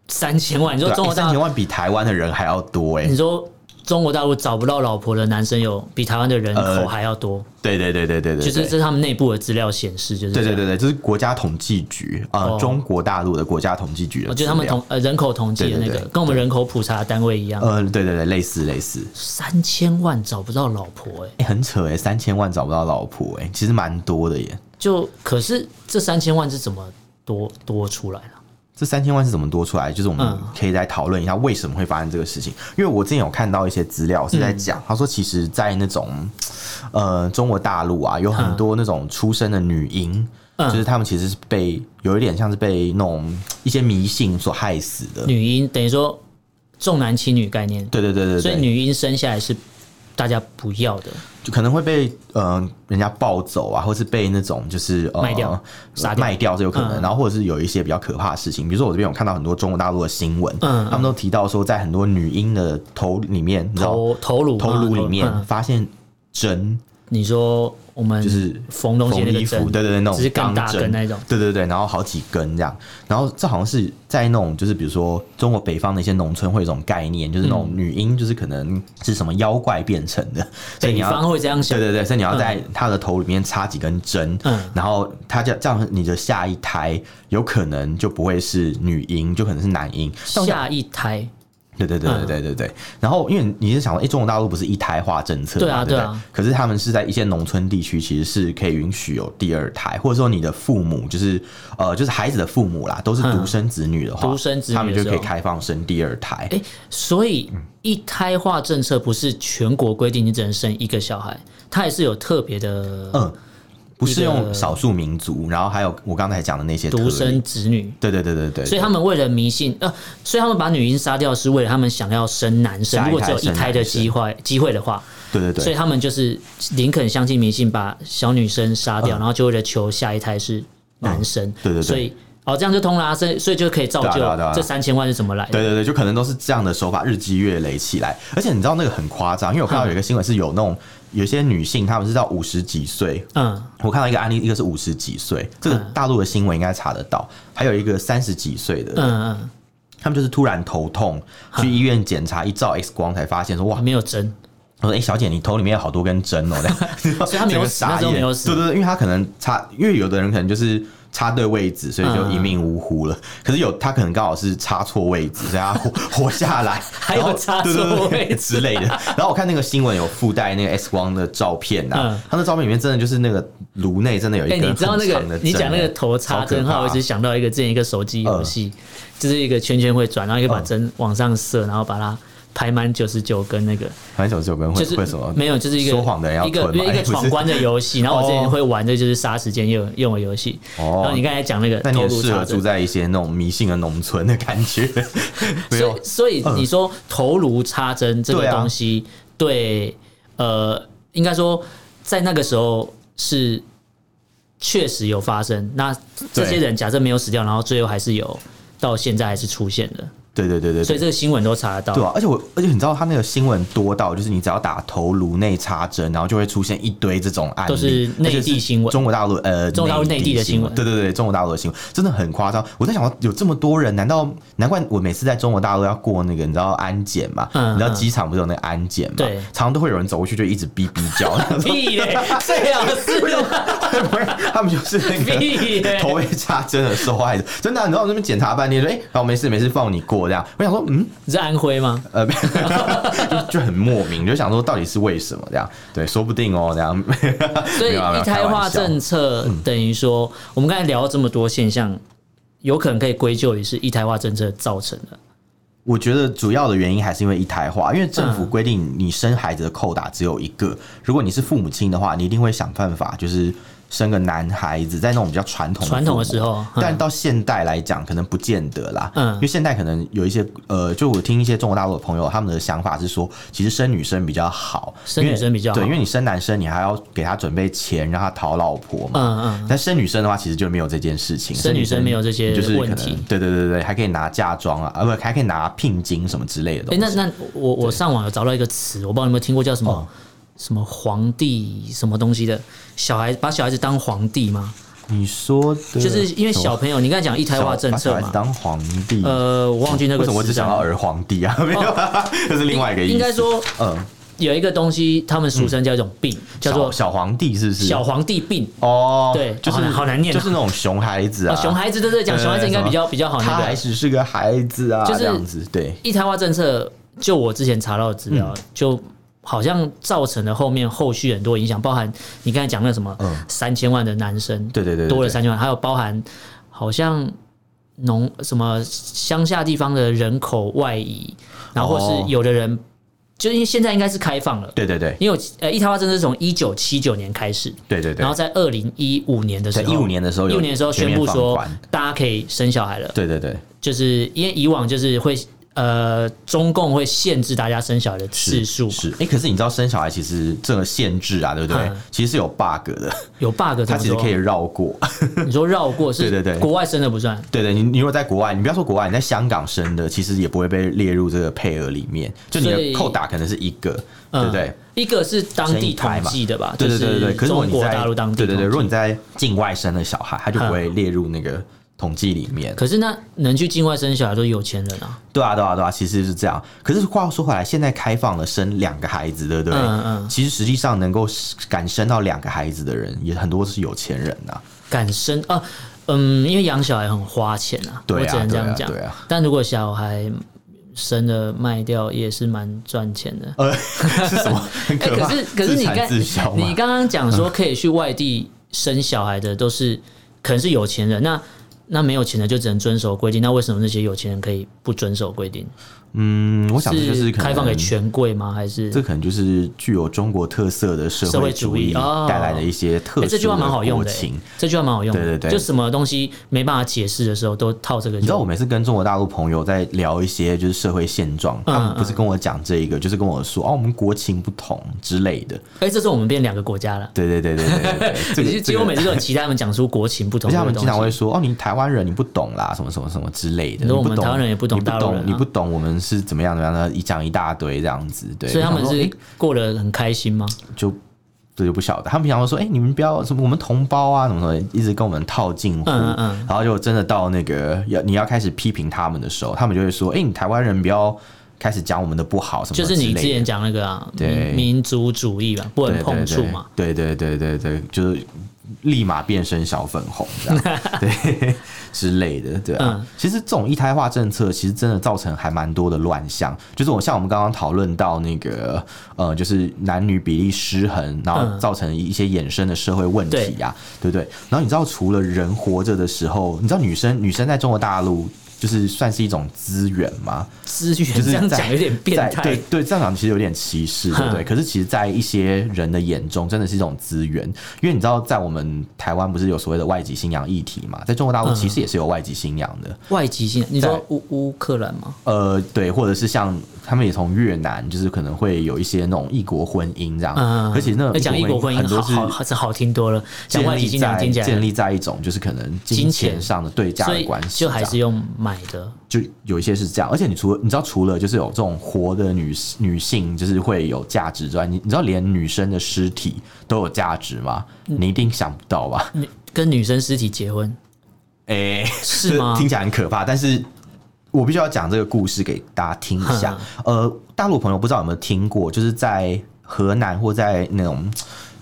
[SPEAKER 2] 三千万，你
[SPEAKER 1] 对
[SPEAKER 2] 说
[SPEAKER 1] 吧，
[SPEAKER 2] 中国
[SPEAKER 1] 三
[SPEAKER 2] 大
[SPEAKER 1] 千
[SPEAKER 2] 陆，
[SPEAKER 1] 万比台湾的人还要多哎、
[SPEAKER 2] 你说中国大陆找不到老婆的男生有比台湾的人口还要多，
[SPEAKER 1] 对对对对呃对对，
[SPEAKER 2] 就是
[SPEAKER 1] 对
[SPEAKER 2] 这是他们内部的资料显示，就是
[SPEAKER 1] 对
[SPEAKER 2] 这
[SPEAKER 1] 对
[SPEAKER 2] 样
[SPEAKER 1] 对对，这是国家统计局啊、呃
[SPEAKER 2] 哦
[SPEAKER 1] 中国大陆的国家统计局的资料，
[SPEAKER 2] 哦，就是他们统呃人口统计的那
[SPEAKER 1] 对
[SPEAKER 2] 个
[SPEAKER 1] 对对，
[SPEAKER 2] 跟我们人口普查单位一样，
[SPEAKER 1] 呃，对对对，类似类似，
[SPEAKER 2] 三千万找不到老婆哎、
[SPEAKER 1] 哎、很扯哎、三千万找不到老婆哎、其实蛮多的耶。
[SPEAKER 2] 就可是这三千万是怎么多多出来啊的？
[SPEAKER 1] 这三千万是怎么多出来？就是我们
[SPEAKER 2] 嗯
[SPEAKER 1] 可以来讨论一下为什么会发生这个事情。因为我之前有看到一些资料是在
[SPEAKER 2] 嗯
[SPEAKER 1] 讲，他说其实，在那种呃中国大陆啊，有很多那种出生的女婴，
[SPEAKER 2] 嗯
[SPEAKER 1] 就是他们其实是被有一点像是被那种一些迷信所害死的。
[SPEAKER 2] 女婴等于说重男轻女概念，
[SPEAKER 1] 对对对对
[SPEAKER 2] 所以
[SPEAKER 1] 对，
[SPEAKER 2] 女婴生下来是大家不要的，
[SPEAKER 1] 就可能会被呃人家抱走啊，或是被那种就是呃
[SPEAKER 2] 卖掉
[SPEAKER 1] 呃
[SPEAKER 2] 杀掉
[SPEAKER 1] 卖掉是有可能，
[SPEAKER 2] 嗯
[SPEAKER 1] 然后或者是有一些比较可怕的事情，比如说我这边有看到很多中国大陆的新闻，
[SPEAKER 2] 嗯嗯
[SPEAKER 1] 他们都提到说在很多女婴的头里面，你知道
[SPEAKER 2] 头头颅
[SPEAKER 1] 头颅
[SPEAKER 2] 嘛
[SPEAKER 1] 里面
[SPEAKER 2] 嗯
[SPEAKER 1] 发现针，
[SPEAKER 2] 你说我们
[SPEAKER 1] 就是
[SPEAKER 2] 缝东西
[SPEAKER 1] 缝
[SPEAKER 2] 那
[SPEAKER 1] 衣服，
[SPEAKER 2] 个针，
[SPEAKER 1] 对对对，那种
[SPEAKER 2] 只是更大
[SPEAKER 1] 钢针
[SPEAKER 2] 根那种，
[SPEAKER 1] 对对对，然后好几根这样，然后这好像是在那种就是比如说中国北方的一些农村会有一种概念，就是那种
[SPEAKER 2] 嗯
[SPEAKER 1] 女婴就是可能是什么妖怪变成的，所以你
[SPEAKER 2] 北
[SPEAKER 1] 要
[SPEAKER 2] 方。会这样
[SPEAKER 1] 对
[SPEAKER 2] 想，
[SPEAKER 1] 对对，所以你要
[SPEAKER 2] 嗯
[SPEAKER 1] 在她的头里面插几根针，
[SPEAKER 2] 嗯
[SPEAKER 1] 然后她这样这样，你的下一胎有可能就不会是女婴，就可能是男婴。但我想
[SPEAKER 2] 下一胎
[SPEAKER 1] 对对对对对对对。然后因为你是想说，哎、中国大陆不是一胎化政策嘛，
[SPEAKER 2] 嗯对啊
[SPEAKER 1] 对不
[SPEAKER 2] 对啊
[SPEAKER 1] 可是他们是在一些农村地区，其实是可以允许有第二胎，或者说你的父母就是呃，就是孩子的父母啦，都是独生子女的话，
[SPEAKER 2] 嗯独生子女
[SPEAKER 1] 他们就可以
[SPEAKER 2] 的时候
[SPEAKER 1] 开放生第二胎。
[SPEAKER 2] 哎、所以一胎化政策不是全国规定你只能生一个小孩，它还是有特别的
[SPEAKER 1] 嗯，不适
[SPEAKER 2] 你
[SPEAKER 1] 用
[SPEAKER 2] 的
[SPEAKER 1] 少数民族，然后还有我刚才讲的那些特
[SPEAKER 2] 独
[SPEAKER 1] 例
[SPEAKER 2] 生。子女。
[SPEAKER 1] 对对对对对，
[SPEAKER 2] 所以他们为了迷信，呃，所以他们把女婴杀掉是为了他们想要生男生。
[SPEAKER 1] 下一胎
[SPEAKER 2] 如果只有一胎
[SPEAKER 1] 生男
[SPEAKER 2] 的
[SPEAKER 1] 生
[SPEAKER 2] 机会机会的话，
[SPEAKER 1] 对对对
[SPEAKER 2] 所以他们就是林肯相信迷信，把小女生杀掉，
[SPEAKER 1] 嗯
[SPEAKER 2] 然后就为了求下一胎是男生。
[SPEAKER 1] 对对对
[SPEAKER 2] 所以哦，这样就通啦、所以所以就可以造就
[SPEAKER 1] 对啊对啊对啊
[SPEAKER 2] 这三千万是怎么来的？
[SPEAKER 1] 对对对，就可能都是这样的手法，日积月累起来。而且你知道那个很夸张，因为我看到有一个新闻是有那种有些女性她们是到五十几岁，
[SPEAKER 2] 嗯，
[SPEAKER 1] 我看到一个案例，一个是五十几岁，这个
[SPEAKER 2] 嗯
[SPEAKER 1] 大陆的新闻应该查得到，还有一个三十几岁的，
[SPEAKER 2] 嗯
[SPEAKER 1] 他们就是突然头痛，去医院检查，一照 X 光才发现说哇
[SPEAKER 2] 嗯，，没有针，
[SPEAKER 1] 我说：“哎、小姐，你头里面有好多根针哦、这样
[SPEAKER 2] 所以他没有死
[SPEAKER 1] 整个
[SPEAKER 2] 那时候没有死
[SPEAKER 1] 对对对，因为他可能插，因为有的人可能就是插对位置，所以
[SPEAKER 2] 嗯
[SPEAKER 1] 就一命呜呼了。可是有他可能刚好是插错位置，所以他活 活下来，
[SPEAKER 2] 还有
[SPEAKER 1] 然后
[SPEAKER 2] 插
[SPEAKER 1] 对对
[SPEAKER 2] 错
[SPEAKER 1] 对
[SPEAKER 2] 位置
[SPEAKER 1] 之类的。然后我看那个新闻有附带那个 X 光的照片呐、
[SPEAKER 2] 嗯
[SPEAKER 1] 他那照片里面真的就是那个颅内真的有一
[SPEAKER 2] 哎、
[SPEAKER 1] 根
[SPEAKER 2] 你知道那
[SPEAKER 1] 很
[SPEAKER 2] 个
[SPEAKER 1] 长的针欸
[SPEAKER 2] 你讲那个头
[SPEAKER 1] 超
[SPEAKER 2] 插
[SPEAKER 1] 可
[SPEAKER 2] 针
[SPEAKER 1] 怕
[SPEAKER 2] 号，我一直想到一个之前一个手机游戏，就是一个圈圈会转，然后你可以把针往上射，然后把它排满九十九根那个，
[SPEAKER 1] 反正九十九根会、
[SPEAKER 2] 就是
[SPEAKER 1] 会什么？
[SPEAKER 2] 没有，就是一个
[SPEAKER 1] 说谎的人要
[SPEAKER 2] 一个
[SPEAKER 1] 吞嘛
[SPEAKER 2] 一
[SPEAKER 1] 哎
[SPEAKER 2] 个
[SPEAKER 1] 不是
[SPEAKER 2] 闯关的游戏。然后我之前
[SPEAKER 1] 哦
[SPEAKER 2] 会玩的就是杀时间用用的游戏。
[SPEAKER 1] 哦
[SPEAKER 2] 然后你刚才讲那个
[SPEAKER 1] 那你
[SPEAKER 2] 头
[SPEAKER 1] 很
[SPEAKER 2] 颅
[SPEAKER 1] 适合
[SPEAKER 2] 插
[SPEAKER 1] 住
[SPEAKER 2] 针，
[SPEAKER 1] 在一些那种迷信的农村的感 觉， 没有
[SPEAKER 2] 所以所以你说头颅插针这
[SPEAKER 1] 对
[SPEAKER 2] 个
[SPEAKER 1] 啊
[SPEAKER 2] 东西，嗯对呃，应该说在那个时候是。确实有发生，那这些
[SPEAKER 1] 对
[SPEAKER 2] 人假设没有死掉，然后最后还是有到现在还是出现的，
[SPEAKER 1] 对对对对对，
[SPEAKER 2] 所以这个新闻都查得到。
[SPEAKER 1] 对啊，而且我，而且你知道他那个新闻多到，就是你只要打头颅内插针，然后就会出现一堆这种案例，
[SPEAKER 2] 都是内地
[SPEAKER 1] 而且是
[SPEAKER 2] 新闻
[SPEAKER 1] 中国大陆呃，
[SPEAKER 2] 中国大陆内地的
[SPEAKER 1] 新
[SPEAKER 2] 新闻
[SPEAKER 1] 对对对，中国大陆的新闻真的很夸张。我在想，有这么多人，难道难怪我每次在中国大陆要过那个你知道安检嘛？
[SPEAKER 2] 嗯
[SPEAKER 1] 你知道
[SPEAKER 2] 嗯
[SPEAKER 1] 机场不是有那个安检嘛？
[SPEAKER 2] 对
[SPEAKER 1] 常常都会有人走过去就一直哔哔 叫，
[SPEAKER 2] 屁嘞，最好 是 哦
[SPEAKER 1] 他们就是那个。
[SPEAKER 2] 屁嘞，
[SPEAKER 1] 头被插针的受害者，真的啊、你知道我这边检查半天，说哎，好、没事没事，放你过这样。我想说，嗯，
[SPEAKER 2] 你是安徽吗？
[SPEAKER 1] 呃， 没有就就很莫名，就想说到底是为什么这样？对，说不定哦，这样。
[SPEAKER 2] 所以
[SPEAKER 1] 没有啊没
[SPEAKER 2] 一
[SPEAKER 1] 有
[SPEAKER 2] 胎
[SPEAKER 1] 开玩
[SPEAKER 2] 化
[SPEAKER 1] 笑
[SPEAKER 2] 政策等于说，我们刚才聊了这么多现象，有可能可以归咎于是一胎化政策造成的。
[SPEAKER 1] 我觉得主要的原因还是因为一胎化，因为政府
[SPEAKER 2] 嗯
[SPEAKER 1] 规定你生孩子的扣打只有一个，如果你是父母亲的话，你一定会想办法就是生个男孩子，在那种比较传统
[SPEAKER 2] 传统的
[SPEAKER 1] 父母
[SPEAKER 2] 时候嗯
[SPEAKER 1] 但到现代来讲，可能不见得啦，
[SPEAKER 2] 嗯
[SPEAKER 1] 因为现代可能有一些呃，就我听一些中国大陆的朋友，他们的想法是说，其实生女生比较好，
[SPEAKER 2] 生女
[SPEAKER 1] 因为
[SPEAKER 2] 生比较好
[SPEAKER 1] 对，因为你生男生，你还要给他准备钱让他讨老婆嘛，
[SPEAKER 2] 嗯嗯，
[SPEAKER 1] 但生女生的话，其实就没有这件事情，
[SPEAKER 2] 生女生没有这些
[SPEAKER 1] 就是可能
[SPEAKER 2] 问题
[SPEAKER 1] 对对对对，还可以拿嫁妆啊，啊不，还可以拿聘金什么之类的
[SPEAKER 2] 哎、
[SPEAKER 1] 东西。
[SPEAKER 2] 那那我我上网有找到一个词，我不知道你有没有听过，叫什么、
[SPEAKER 1] 哦
[SPEAKER 2] 什么皇帝什么东西的小孩，把小孩子当皇帝吗？
[SPEAKER 1] 你说的
[SPEAKER 2] 就是因为小朋友，你刚才讲一胎化政
[SPEAKER 1] 把小
[SPEAKER 2] 策
[SPEAKER 1] 孩子
[SPEAKER 2] 嘛，
[SPEAKER 1] 当皇帝，
[SPEAKER 2] 呃，我忘记那
[SPEAKER 1] 为
[SPEAKER 2] 个
[SPEAKER 1] 什
[SPEAKER 2] 词
[SPEAKER 1] 么我只想到
[SPEAKER 2] 了
[SPEAKER 1] 儿皇帝啊？没有啊，这是另外一个意思。
[SPEAKER 2] 应该，说
[SPEAKER 1] 嗯，
[SPEAKER 2] 有一个东西，他们俗称叫一种病，叫
[SPEAKER 1] 小
[SPEAKER 2] 做
[SPEAKER 1] 嗯小皇帝是不是？
[SPEAKER 2] 小皇帝病。
[SPEAKER 1] 哦，
[SPEAKER 2] 对
[SPEAKER 1] 就是
[SPEAKER 2] 好难好难念啊
[SPEAKER 1] 就是那种熊孩子啊，
[SPEAKER 2] 哦，熊孩子对对，讲
[SPEAKER 1] 对啊
[SPEAKER 2] 熊孩子应该
[SPEAKER 1] 什么
[SPEAKER 2] 比较比较好
[SPEAKER 1] 他
[SPEAKER 2] 那
[SPEAKER 1] 还
[SPEAKER 2] 个。
[SPEAKER 1] 只是个孩子啊，
[SPEAKER 2] 就是
[SPEAKER 1] 这样子，对，
[SPEAKER 2] 一胎化政策，就我之前查到的资
[SPEAKER 1] 嗯
[SPEAKER 2] 料，就好像造成了后面后续很多影响，包含你刚才讲那什么
[SPEAKER 1] 嗯
[SPEAKER 2] 三千万的男生，
[SPEAKER 1] 对对对对
[SPEAKER 2] 多了
[SPEAKER 1] 对
[SPEAKER 2] 三千万，还有包含好像农什么乡下地方的人口外移，然后或
[SPEAKER 1] 哦
[SPEAKER 2] 是有的人，就因为现在应该是开放了，
[SPEAKER 1] 对对对
[SPEAKER 2] 因为我呃一胎化政策是从一九七九年开始，
[SPEAKER 1] 对对对
[SPEAKER 2] 然后。在二零一五年的时候，
[SPEAKER 1] 在15年的时候
[SPEAKER 2] 一
[SPEAKER 1] 有
[SPEAKER 2] 五年的时候宣布
[SPEAKER 1] 全面放
[SPEAKER 2] 说
[SPEAKER 1] 宽
[SPEAKER 2] 大家可以生小孩了，
[SPEAKER 1] 对对对，
[SPEAKER 2] 就是因为以往就是会呃中共会限制大家生小孩的次数，
[SPEAKER 1] 是哎、诶可是你知道生小孩其实这个限制啊，对不对？
[SPEAKER 2] 嗯
[SPEAKER 1] 其实是有 bug 的，
[SPEAKER 2] 有 bug
[SPEAKER 1] 它
[SPEAKER 2] 怎么
[SPEAKER 1] 其实
[SPEAKER 2] 说
[SPEAKER 1] 可以绕过。
[SPEAKER 2] 你说绕过是，
[SPEAKER 1] 对对对
[SPEAKER 2] 国外生的不算，
[SPEAKER 1] 对对，你你如果在国外，你不要说国外，你在香港生的，其实也不会被列入这个配额里面，就你
[SPEAKER 2] 所
[SPEAKER 1] 的
[SPEAKER 2] 以
[SPEAKER 1] 扣打可能是一个，对
[SPEAKER 2] 嗯
[SPEAKER 1] 不对？？
[SPEAKER 2] 一个是当
[SPEAKER 1] 生
[SPEAKER 2] 地
[SPEAKER 1] 一胎
[SPEAKER 2] 统
[SPEAKER 1] 嘛
[SPEAKER 2] 计的吧，
[SPEAKER 1] 对对对对对。
[SPEAKER 2] 就
[SPEAKER 1] 可是如果
[SPEAKER 2] 中
[SPEAKER 1] 你
[SPEAKER 2] 国
[SPEAKER 1] 在
[SPEAKER 2] 大陆当地
[SPEAKER 1] 对对对，
[SPEAKER 2] 统
[SPEAKER 1] 如
[SPEAKER 2] 计嗯
[SPEAKER 1] 果你在境外生的小孩，他就不会列入那个统计里面。
[SPEAKER 2] 可是那能去境外生小孩都是有钱人啊，
[SPEAKER 1] 对啊，对啊，对啊，其实是这样。可是话说回来，现在开放了生两个孩子，对不对？
[SPEAKER 2] 嗯嗯
[SPEAKER 1] 其实实际上能够敢生到两个孩子的人，也很多是有钱人呐、
[SPEAKER 2] 敢生啊。嗯，因为养小孩很花钱啊，
[SPEAKER 1] 对啊
[SPEAKER 2] 我只能这样讲。
[SPEAKER 1] 对啊对啊
[SPEAKER 2] 但如果小孩生了卖掉，也是蛮赚钱的。
[SPEAKER 1] 呃， 是 什么？很
[SPEAKER 2] 哎，
[SPEAKER 1] 可怕。
[SPEAKER 2] 可是可是你
[SPEAKER 1] 自
[SPEAKER 2] 刚
[SPEAKER 1] 产自销嘛
[SPEAKER 2] 你刚刚讲说可以去外地生小孩的都是可能是有钱人，那那没有钱的就只能遵守规定。那为什么那些有钱人可以不遵守规定？
[SPEAKER 1] 嗯，我想这就是可能
[SPEAKER 2] 开放给权贵吗？还是
[SPEAKER 1] 这可能就是具有中国特色的社
[SPEAKER 2] 社会
[SPEAKER 1] 主
[SPEAKER 2] 主义哦
[SPEAKER 1] 带来的一些特殊
[SPEAKER 2] 哎
[SPEAKER 1] 的
[SPEAKER 2] 这句话蛮好用
[SPEAKER 1] 国
[SPEAKER 2] 的、哎
[SPEAKER 1] 情。
[SPEAKER 2] 这句话蛮好用的。
[SPEAKER 1] 对对对
[SPEAKER 2] 就什么东西没办法解释的时候，都套这个就。
[SPEAKER 1] 你知道我每次跟中国大陆朋友在聊一些就是社会现状，
[SPEAKER 2] 嗯
[SPEAKER 1] 他们不是跟我讲这一个，就是跟我说哦，我们国情不同之类的。
[SPEAKER 2] 哎、这次我们变两个国家了。
[SPEAKER 1] 对对对对对对对，这
[SPEAKER 2] 其
[SPEAKER 1] 个这
[SPEAKER 2] 实 其实
[SPEAKER 1] 个
[SPEAKER 2] 我每次都很期待他们讲出国情不
[SPEAKER 1] 而
[SPEAKER 2] 同
[SPEAKER 1] 且
[SPEAKER 2] 的
[SPEAKER 1] 他
[SPEAKER 2] 东西。
[SPEAKER 1] 们经常会说：“哦，你台湾人你不懂啦，什么什么什么之类的，
[SPEAKER 2] 你
[SPEAKER 1] 你
[SPEAKER 2] 说我
[SPEAKER 1] 不
[SPEAKER 2] 们
[SPEAKER 1] 懂，
[SPEAKER 2] 台湾人也不懂
[SPEAKER 1] 你不
[SPEAKER 2] 大陆人啊
[SPEAKER 1] 懂，你不懂我们是怎么样怎么样的，一讲一大堆这样子，对，
[SPEAKER 2] 所以他们
[SPEAKER 1] 我想说
[SPEAKER 2] 是
[SPEAKER 1] 诶
[SPEAKER 2] 过得很开心吗？
[SPEAKER 1] 就。这就不晓得，他们想要说，哎、你们不要什么，我们同胞啊，什么什么，一直跟我们套近乎，
[SPEAKER 2] 嗯嗯嗯
[SPEAKER 1] 然后就真的到那个要你要开始批评他们的时候，他们就会说，哎、你台湾人不要开始讲我们的不好什么
[SPEAKER 2] 就
[SPEAKER 1] 之
[SPEAKER 2] 是
[SPEAKER 1] 类的，
[SPEAKER 2] 你之前讲那个啊，
[SPEAKER 1] 对
[SPEAKER 2] 民民族主义吧，不能碰触嘛。
[SPEAKER 1] 对对对对对，就是立马变身小粉红这 样，对之类的，对啊。
[SPEAKER 2] 嗯
[SPEAKER 1] 其实这种一胎化政策，其实真的造成还蛮多的乱象，就是我像我们刚刚讨论到那个呃，就是男女比例失衡，然后
[SPEAKER 2] 嗯
[SPEAKER 1] 造成一些衍生的社会问题啊，对不对？然后你知道，除了人活着的时候，你知道女生女生在中国大陆。就是算是一种资源吗？
[SPEAKER 2] 资源
[SPEAKER 1] 就是
[SPEAKER 2] 这样
[SPEAKER 1] 在
[SPEAKER 2] 讲有点变
[SPEAKER 1] 在对
[SPEAKER 2] 态，
[SPEAKER 1] 对，这样讲其实有点歧视，对不对？
[SPEAKER 2] 哼
[SPEAKER 1] 可是其实，在一些人的眼中，真的是一种资源，因为你知道，在我们台湾不是有所谓的外籍新娘议题嘛，在中国大陆
[SPEAKER 2] 嗯
[SPEAKER 1] 其实也是有外籍新娘的，
[SPEAKER 2] 外籍性。你
[SPEAKER 1] 在
[SPEAKER 2] 说乌乌克兰吗？
[SPEAKER 1] 呃，对，或者是像他们也从越南，就是可能会有一些那种异国婚姻这样，
[SPEAKER 2] 嗯，
[SPEAKER 1] 而且那种
[SPEAKER 2] 讲异国婚姻
[SPEAKER 1] 很多
[SPEAKER 2] 好
[SPEAKER 1] 是
[SPEAKER 2] 好好是好听多了，讲外
[SPEAKER 1] 建
[SPEAKER 2] 籍
[SPEAKER 1] 立
[SPEAKER 2] 新娘
[SPEAKER 1] 在
[SPEAKER 2] 听起来，
[SPEAKER 1] 建立在一种就是可能金
[SPEAKER 2] 金
[SPEAKER 1] 钱
[SPEAKER 2] 钱
[SPEAKER 1] 上的对价
[SPEAKER 2] 所
[SPEAKER 1] 的
[SPEAKER 2] 以
[SPEAKER 1] 关系这
[SPEAKER 2] 就
[SPEAKER 1] 样，
[SPEAKER 2] 还是用买的。
[SPEAKER 1] 就有一些是这样，而且你除了你知道，除了就是有这种活的女女性，就是会有价值之外，你你知道连女生的尸体都有价值吗？你一定想不到吧？
[SPEAKER 2] 你跟女生尸体结婚
[SPEAKER 1] 诶、
[SPEAKER 2] 是吗
[SPEAKER 1] 哎这？听起来很可怕，但是我必须要讲这个故事给大家听一下。
[SPEAKER 2] 嗯
[SPEAKER 1] 呃，大陆朋友不知道有没有听过，就是在河南或在那种。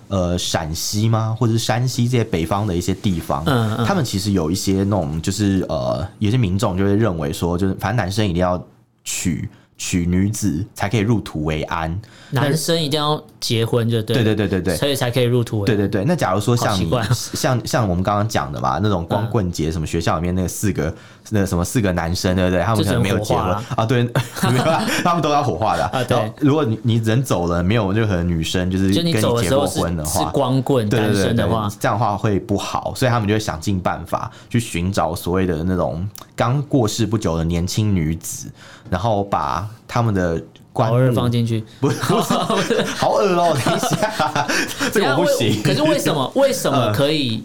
[SPEAKER 1] 呃，陕西吗，或者是山西这些北方的一些地方，
[SPEAKER 2] 嗯嗯
[SPEAKER 1] 他们其实有一些那种，就是呃，有些民众就会认为说，就是反正男生一定要娶娶女子才可以入土为安，
[SPEAKER 2] 男生一定要结婚就对，
[SPEAKER 1] 对对对对对，
[SPEAKER 2] 所以才可以入土为
[SPEAKER 1] 对对对，那假如说像
[SPEAKER 2] 好
[SPEAKER 1] 你
[SPEAKER 2] 奇怪哦 嗯
[SPEAKER 1] 像像我们刚刚讲的嘛，那种光棍节，什么学校里面那个四个那什么四个男生，对不对？他们
[SPEAKER 2] 就
[SPEAKER 1] 可
[SPEAKER 2] 只能
[SPEAKER 1] 能没有结
[SPEAKER 2] 火化
[SPEAKER 1] 婚
[SPEAKER 2] 啦
[SPEAKER 1] 啊，对， 没有啦，他们都要火化的
[SPEAKER 2] 啊对
[SPEAKER 1] 然后如果你你人走了，没有任何女生就是
[SPEAKER 2] 就
[SPEAKER 1] 跟
[SPEAKER 2] 你走的
[SPEAKER 1] 结
[SPEAKER 2] 时
[SPEAKER 1] 过
[SPEAKER 2] 候是
[SPEAKER 1] 婚的
[SPEAKER 2] 是
[SPEAKER 1] 话，
[SPEAKER 2] 光棍
[SPEAKER 1] 对
[SPEAKER 2] 单
[SPEAKER 1] 对对
[SPEAKER 2] 身
[SPEAKER 1] 对
[SPEAKER 2] 的话，，
[SPEAKER 1] 这样的话会不好，所以他们就会想尽办法去寻找所谓的那种刚过世不久的年轻女子，然后把他们的棺
[SPEAKER 2] 偶尔
[SPEAKER 1] 木
[SPEAKER 2] 放进去。
[SPEAKER 1] 不是不是， 好恶哦、等一下，这个我不
[SPEAKER 2] 等
[SPEAKER 1] 行嗯
[SPEAKER 2] 一啊下。为可是为 什么为什么可以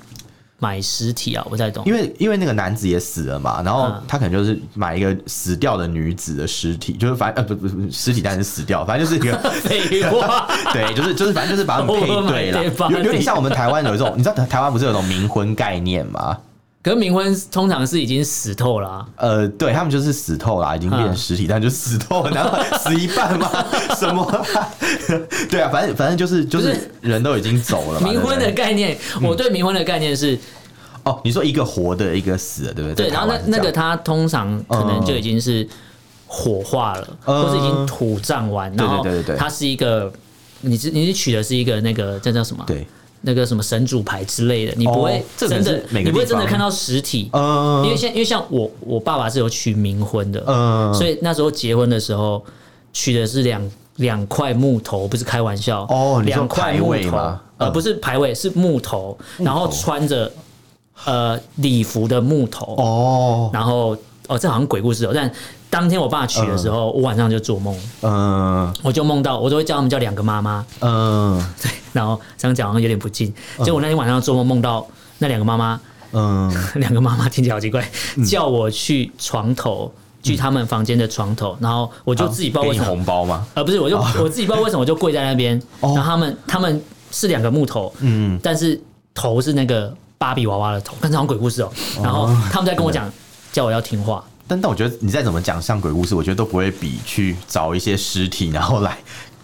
[SPEAKER 2] 买尸体啊？我不太懂
[SPEAKER 1] 因。为因为那个男子也死了嘛，然后
[SPEAKER 2] 嗯
[SPEAKER 1] 他可能就是买一个死掉的女子的尸体，就是反正呃不不不尸体当然是死掉，反正就是一 个
[SPEAKER 2] 废话，
[SPEAKER 1] 对，就是就是反正就是 把他们配对
[SPEAKER 2] Oh my
[SPEAKER 1] 了，
[SPEAKER 2] God
[SPEAKER 1] 有有点像我们台湾有 一种，你知道台台湾不是有一种冥婚概念吗？
[SPEAKER 2] 可是冥婚通常是已经死透了啊、
[SPEAKER 1] 呃，对他们就是死透啦，已经变成
[SPEAKER 2] 嗯
[SPEAKER 1] 尸体，但就死透了，然后 死一半嘛，什么啦？ 对啊，反正反正就是就是
[SPEAKER 2] 是
[SPEAKER 1] 人都已经走了嘛。
[SPEAKER 2] 冥
[SPEAKER 1] 对
[SPEAKER 2] 婚
[SPEAKER 1] 嗯不
[SPEAKER 2] 的
[SPEAKER 1] 对
[SPEAKER 2] 概念，我对冥婚的概念是，
[SPEAKER 1] 哦，你说一个活的，一个死的，对不对？
[SPEAKER 2] 对，
[SPEAKER 1] 在
[SPEAKER 2] 然后
[SPEAKER 1] 台湾
[SPEAKER 2] 那
[SPEAKER 1] 是
[SPEAKER 2] 那
[SPEAKER 1] 这
[SPEAKER 2] 个
[SPEAKER 1] 样
[SPEAKER 2] 他通常可能就已经是火化了，
[SPEAKER 1] 嗯
[SPEAKER 2] 或是已经土葬完，
[SPEAKER 1] 对
[SPEAKER 2] 然后
[SPEAKER 1] 对对对对
[SPEAKER 2] 它是一个，你是你是取的是一个那个这叫什么？
[SPEAKER 1] 对，
[SPEAKER 2] 那个什么神主牌之类的，你不会
[SPEAKER 1] 哦这个
[SPEAKER 2] 真的
[SPEAKER 1] 是，每个
[SPEAKER 2] 你不会
[SPEAKER 1] 地
[SPEAKER 2] 真
[SPEAKER 1] 方
[SPEAKER 2] 的看到实体，
[SPEAKER 1] 嗯
[SPEAKER 2] 因为像因为像我我爸爸是有娶冥婚的，
[SPEAKER 1] 嗯
[SPEAKER 2] 所以那时候结婚的时候娶的是两两块木头，不是开玩笑
[SPEAKER 1] 哦你说
[SPEAKER 2] 两块木
[SPEAKER 1] 牌位
[SPEAKER 2] 头
[SPEAKER 1] 吗，
[SPEAKER 2] 呃，
[SPEAKER 1] 嗯
[SPEAKER 2] 不是牌位是木头，然后穿着呃礼服的木头，
[SPEAKER 1] 哦，
[SPEAKER 2] 然后哦这好像鬼故事哦，但当天我爸娶的时候，我晚上就做梦，
[SPEAKER 1] 嗯
[SPEAKER 2] 我就梦到我都会叫他们叫两个妈妈，
[SPEAKER 1] 嗯
[SPEAKER 2] 对，然后这样讲好像有点不敬，结果那天晚上做梦梦到那两个妈妈。
[SPEAKER 1] 嗯。
[SPEAKER 2] 两个妈妈听起来好奇怪，叫我去床头，去他们房间的床头，然后我就自己不知
[SPEAKER 1] 嗯
[SPEAKER 2] 道为
[SPEAKER 1] 啊给
[SPEAKER 2] 什
[SPEAKER 1] 你
[SPEAKER 2] 么，
[SPEAKER 1] 红包吗？
[SPEAKER 2] 呃，不是，我就我自己不知道为什么，我就跪在那边，
[SPEAKER 1] 哦
[SPEAKER 2] 然后他们他们是两个木头，
[SPEAKER 1] 嗯，
[SPEAKER 2] 但是头是那个芭比娃娃的头，看这好像鬼故事哦。然后他们在跟我讲，叫我要听话，
[SPEAKER 1] 但但我觉得你再怎么讲像鬼故事，我觉得都不会比去找一些尸体然后来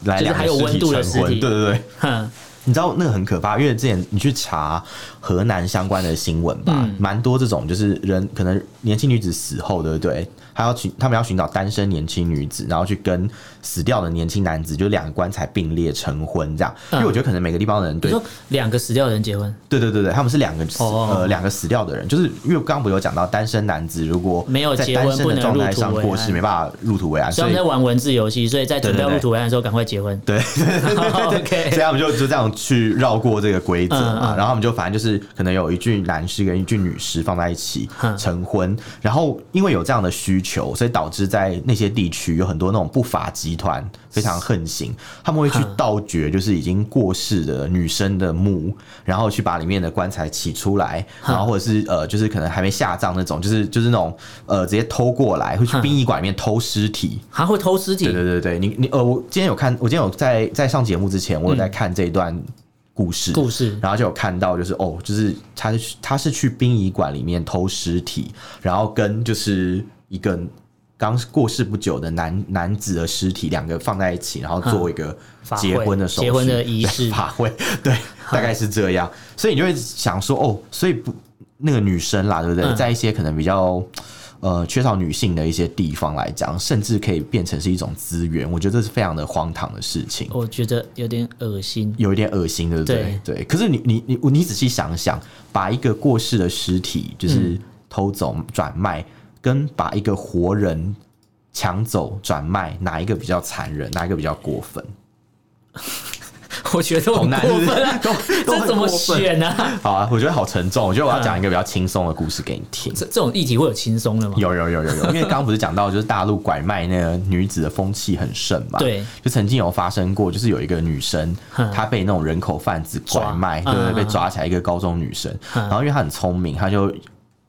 [SPEAKER 1] 来
[SPEAKER 2] 就是
[SPEAKER 1] 两
[SPEAKER 2] 还
[SPEAKER 1] 个
[SPEAKER 2] 有
[SPEAKER 1] 尸体
[SPEAKER 2] 温度的
[SPEAKER 1] 成婚，
[SPEAKER 2] 尸体
[SPEAKER 1] 对对对。
[SPEAKER 2] 哼，
[SPEAKER 1] 你知道那个很可怕，因为之前你去查河南相关的新闻吧
[SPEAKER 2] 嗯，
[SPEAKER 1] 蛮、多这种就是人可能年轻女子死后，对不对？还要寻他们要寻找单身年轻女子，然后去跟死掉的年轻男子，就两个棺材并列成婚这样。因为我觉得可能每个地方的人
[SPEAKER 2] 嗯你
[SPEAKER 1] 对
[SPEAKER 2] 说两个死掉的人结婚，
[SPEAKER 1] 对对对对，他们是两个死
[SPEAKER 2] 哦
[SPEAKER 1] 呃两个死掉的人，就是因为刚刚不是有讲到单身男子如果
[SPEAKER 2] 没有
[SPEAKER 1] 在
[SPEAKER 2] 结婚
[SPEAKER 1] 单身
[SPEAKER 2] 不
[SPEAKER 1] 的
[SPEAKER 2] 能
[SPEAKER 1] 状态
[SPEAKER 2] 入土
[SPEAKER 1] 上
[SPEAKER 2] 为
[SPEAKER 1] 过
[SPEAKER 2] 安
[SPEAKER 1] 世，没办法入土为安，所
[SPEAKER 2] 所以他
[SPEAKER 1] 以
[SPEAKER 2] 们在玩文字游戏，所以在准备要
[SPEAKER 1] 对对对
[SPEAKER 2] 入土为安的时候赶快结婚。
[SPEAKER 1] 对对对对对
[SPEAKER 2] OK
[SPEAKER 1] 所以他们就就这样去绕过这个规则嘛，
[SPEAKER 2] 嗯嗯
[SPEAKER 1] 然后他们就反正就是可能有一具男尸跟一具女尸放在一起
[SPEAKER 2] 嗯
[SPEAKER 1] 成婚，然后因为有这样的需求，所以导致在那些地区有很多那种不法集团非常横行，他们会去
[SPEAKER 2] 嗯
[SPEAKER 1] 盗掘就是已经过世的女生的墓，然后去把里面的棺材起出来，
[SPEAKER 2] 嗯
[SPEAKER 1] 然后或者是呃就是可能还没下葬那种，就是就是那种呃直接偷过来，
[SPEAKER 2] 嗯
[SPEAKER 1] 会去殡仪馆里面偷尸体。
[SPEAKER 2] 还会偷尸体
[SPEAKER 1] 对，对对对，你你呃，我今天有看，我今天有在在上节目之前，我有在看这一段故事，
[SPEAKER 2] 故事
[SPEAKER 1] 然后就有看到就是哦，就是他是去他是去殡仪馆里面偷尸体，然后跟就是一个刚过世不久的男男子的尸体两个放在一起，然后做一个
[SPEAKER 2] 嗯法
[SPEAKER 1] 结
[SPEAKER 2] 会
[SPEAKER 1] 婚的手续，
[SPEAKER 2] 结婚的仪式嗯
[SPEAKER 1] 对法会，对，大概是这样，所以你就会想说哦，所以不那个女生啦，对不对？
[SPEAKER 2] 嗯
[SPEAKER 1] 在一些可能比较。呃缺少女性的一些地方来讲，甚至可以变成是一种资源，我觉得这是非常的荒唐的事情，
[SPEAKER 2] 我觉得有点恶 心。
[SPEAKER 1] 有一点恶心，对不对？对。可是你你你你仔细想想，把一个过世的尸体就是偷走转卖，跟把一个活人抢走转卖，哪一个比较残忍？哪一个比较过分？
[SPEAKER 2] 我觉得我
[SPEAKER 1] 好
[SPEAKER 2] 过
[SPEAKER 1] 难是不是
[SPEAKER 2] 分啊，
[SPEAKER 1] 都 都
[SPEAKER 2] 这
[SPEAKER 1] 很
[SPEAKER 2] 怎么
[SPEAKER 1] 过分
[SPEAKER 2] 选啊？
[SPEAKER 1] 好啊，我觉得好沉重。我觉得我要讲一个比较轻松的故事给你听。
[SPEAKER 2] 这这种议题会有轻松的吗？
[SPEAKER 1] 有有有有有，因为刚刚不是讲到就是大陆拐卖那个女子的风气很盛嘛，
[SPEAKER 2] 对，
[SPEAKER 1] 就曾经有发生过，就是有一个女生
[SPEAKER 2] 嗯
[SPEAKER 1] 她被那种人口贩子拐卖，
[SPEAKER 2] 抓
[SPEAKER 1] 对对，
[SPEAKER 2] 嗯
[SPEAKER 1] 被抓起来一个高中女生，
[SPEAKER 2] 嗯
[SPEAKER 1] 然后因为她很聪明，她就。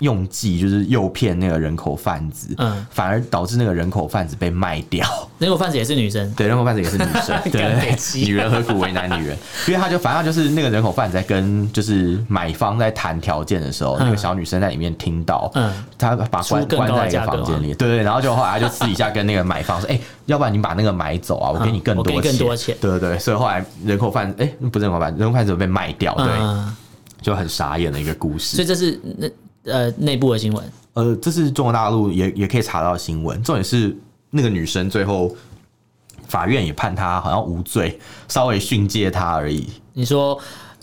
[SPEAKER 1] 用计就是诱骗那个人口贩子，
[SPEAKER 2] 嗯
[SPEAKER 1] 反而导致那个人口贩子被卖掉。
[SPEAKER 2] 人口贩子也是女生，
[SPEAKER 1] 对，人口贩子也是女 生，对
[SPEAKER 2] 干北
[SPEAKER 1] 对对，
[SPEAKER 2] 极
[SPEAKER 1] 女人何苦为难女人？因为他就反正就是那个人口贩子在跟就是买方在谈条件的时候，
[SPEAKER 2] 嗯
[SPEAKER 1] 那个小女生在里面听到，
[SPEAKER 2] 嗯
[SPEAKER 1] 嗯，她把关
[SPEAKER 2] 出更高的
[SPEAKER 1] 关在一个
[SPEAKER 2] 价格
[SPEAKER 1] 房间
[SPEAKER 2] 吗
[SPEAKER 1] 里，对对，然后就后来就私底下跟那个买 方说，哎，要不然你把那个买走啊，我给你更
[SPEAKER 2] 嗯我
[SPEAKER 1] 多
[SPEAKER 2] 给你
[SPEAKER 1] 钱，
[SPEAKER 2] 更多钱
[SPEAKER 1] 对对对，所以后来人口贩哎不是人口贩，人口贩子被卖掉，哦对，
[SPEAKER 2] 嗯，
[SPEAKER 1] 就很傻眼的一个故事
[SPEAKER 2] 所以。这是那呃内部的新闻，
[SPEAKER 1] 呃，这是中国大陆也也可以查到的新闻。重点是那个女生最后法院也判她好像无罪，稍微训诫她而已。
[SPEAKER 2] 你说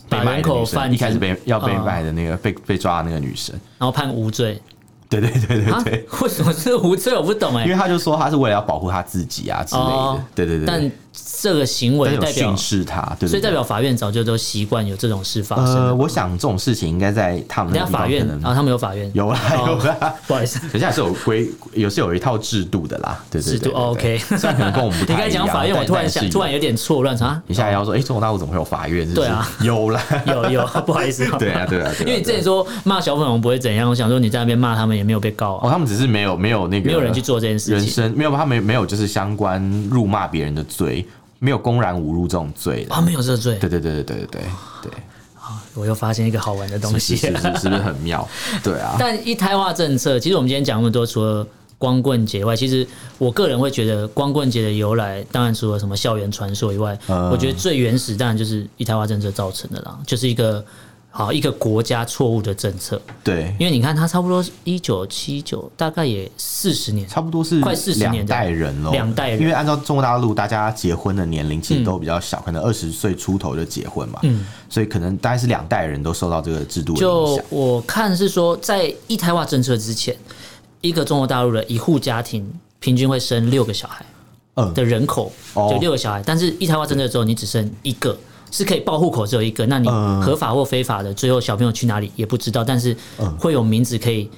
[SPEAKER 1] 被
[SPEAKER 2] 把
[SPEAKER 1] 卖
[SPEAKER 2] 人
[SPEAKER 1] 的
[SPEAKER 2] 口
[SPEAKER 1] 女生
[SPEAKER 2] 贩
[SPEAKER 1] 一开始
[SPEAKER 2] 子，
[SPEAKER 1] 被要被
[SPEAKER 2] 嗯
[SPEAKER 1] 卖的那个、被被抓的那个女生，
[SPEAKER 2] 然后判无罪
[SPEAKER 1] 对对对
[SPEAKER 2] 啊
[SPEAKER 1] 对对，？
[SPEAKER 2] 为什么是无罪？我不懂哎
[SPEAKER 1] 因为。她就说她是为了要保护她自己啊之类的，
[SPEAKER 2] 哦
[SPEAKER 1] 对对对，
[SPEAKER 2] 但这个行
[SPEAKER 1] 但
[SPEAKER 2] 为
[SPEAKER 1] 有
[SPEAKER 2] 代
[SPEAKER 1] 训，
[SPEAKER 2] 表
[SPEAKER 1] 斥她，对对对
[SPEAKER 2] 所以代表法院早就都习惯有这种事发生
[SPEAKER 1] 呃，
[SPEAKER 2] 了。
[SPEAKER 1] 我想这种事情应该在他们
[SPEAKER 2] 人
[SPEAKER 1] 那个地方
[SPEAKER 2] 家法
[SPEAKER 1] 可
[SPEAKER 2] 院
[SPEAKER 1] 能
[SPEAKER 2] 啊，他们有法院，
[SPEAKER 1] 有啦
[SPEAKER 2] 哦
[SPEAKER 1] 有啦。
[SPEAKER 2] 不好意思，
[SPEAKER 1] 人家还是有规，有是有一套制度的啦，对对对
[SPEAKER 2] 制度哦
[SPEAKER 1] 对对
[SPEAKER 2] OK
[SPEAKER 1] 虽然可能跟我们不
[SPEAKER 2] 你
[SPEAKER 1] 太一样。
[SPEAKER 2] 刚才讲法院，
[SPEAKER 1] 但
[SPEAKER 2] 我突然
[SPEAKER 1] 但是
[SPEAKER 2] 想，
[SPEAKER 1] 有
[SPEAKER 2] 突然有点错乱，啊，
[SPEAKER 1] 你现在要说，哎、中国大陆怎么会有法院？是不是
[SPEAKER 2] 对啊，
[SPEAKER 1] 有啦，
[SPEAKER 2] 有有，不好意思，
[SPEAKER 1] 对啊，对啊，对啊。
[SPEAKER 2] 因为你之
[SPEAKER 1] 这
[SPEAKER 2] 前说骂小粉红不会怎样，我想说你在那边骂他们也没有被告
[SPEAKER 1] 哦，
[SPEAKER 2] 啊，
[SPEAKER 1] 他们只是没有没有那个
[SPEAKER 2] 没有人去做这件事
[SPEAKER 1] 人
[SPEAKER 2] 情。
[SPEAKER 1] 身，没有他们没有就是相关辱骂别人的罪，没有公然侮辱这种罪的。
[SPEAKER 2] 啊，没有这罪，
[SPEAKER 1] 对对对对对对对，
[SPEAKER 2] 我又发现一个好玩的东
[SPEAKER 1] 是
[SPEAKER 2] 西。
[SPEAKER 1] 是是是不是很妙？对啊，
[SPEAKER 2] 但一胎化政策，其实我们今天讲那么多，除了光棍节外，其实我个人会觉得光棍节的由来，当然除了什么校园传说以外，
[SPEAKER 1] 嗯
[SPEAKER 2] 我觉得最原始当然就是一胎化政策造成的啦，就是一个好一个国家错误的政策。
[SPEAKER 1] 对，
[SPEAKER 2] 因为你看，它差不多一九七九，大概也四十年，
[SPEAKER 1] 差不多是
[SPEAKER 2] 快40年
[SPEAKER 1] 两代人喽，
[SPEAKER 2] 两代人
[SPEAKER 1] 因为按照中国大陆大家结婚的年龄其实都比较小，可能
[SPEAKER 2] 嗯
[SPEAKER 1] 二十岁出头就结婚嘛，嗯，所以可能大概是两代人都受到这个制度的影
[SPEAKER 2] 就
[SPEAKER 1] 响。
[SPEAKER 2] 我看是说，在一胎化政策之前，一个中国大陆的一户家庭平均会生六个小孩
[SPEAKER 1] 嗯
[SPEAKER 2] 的人口，
[SPEAKER 1] 哦
[SPEAKER 2] 就六个小孩。但是一胎化政策之后，你只剩一个，是可以报户口只有一个。那你
[SPEAKER 1] 嗯
[SPEAKER 2] 合法或非法的，最后小朋友去哪里也不知道，但是会有名字可以。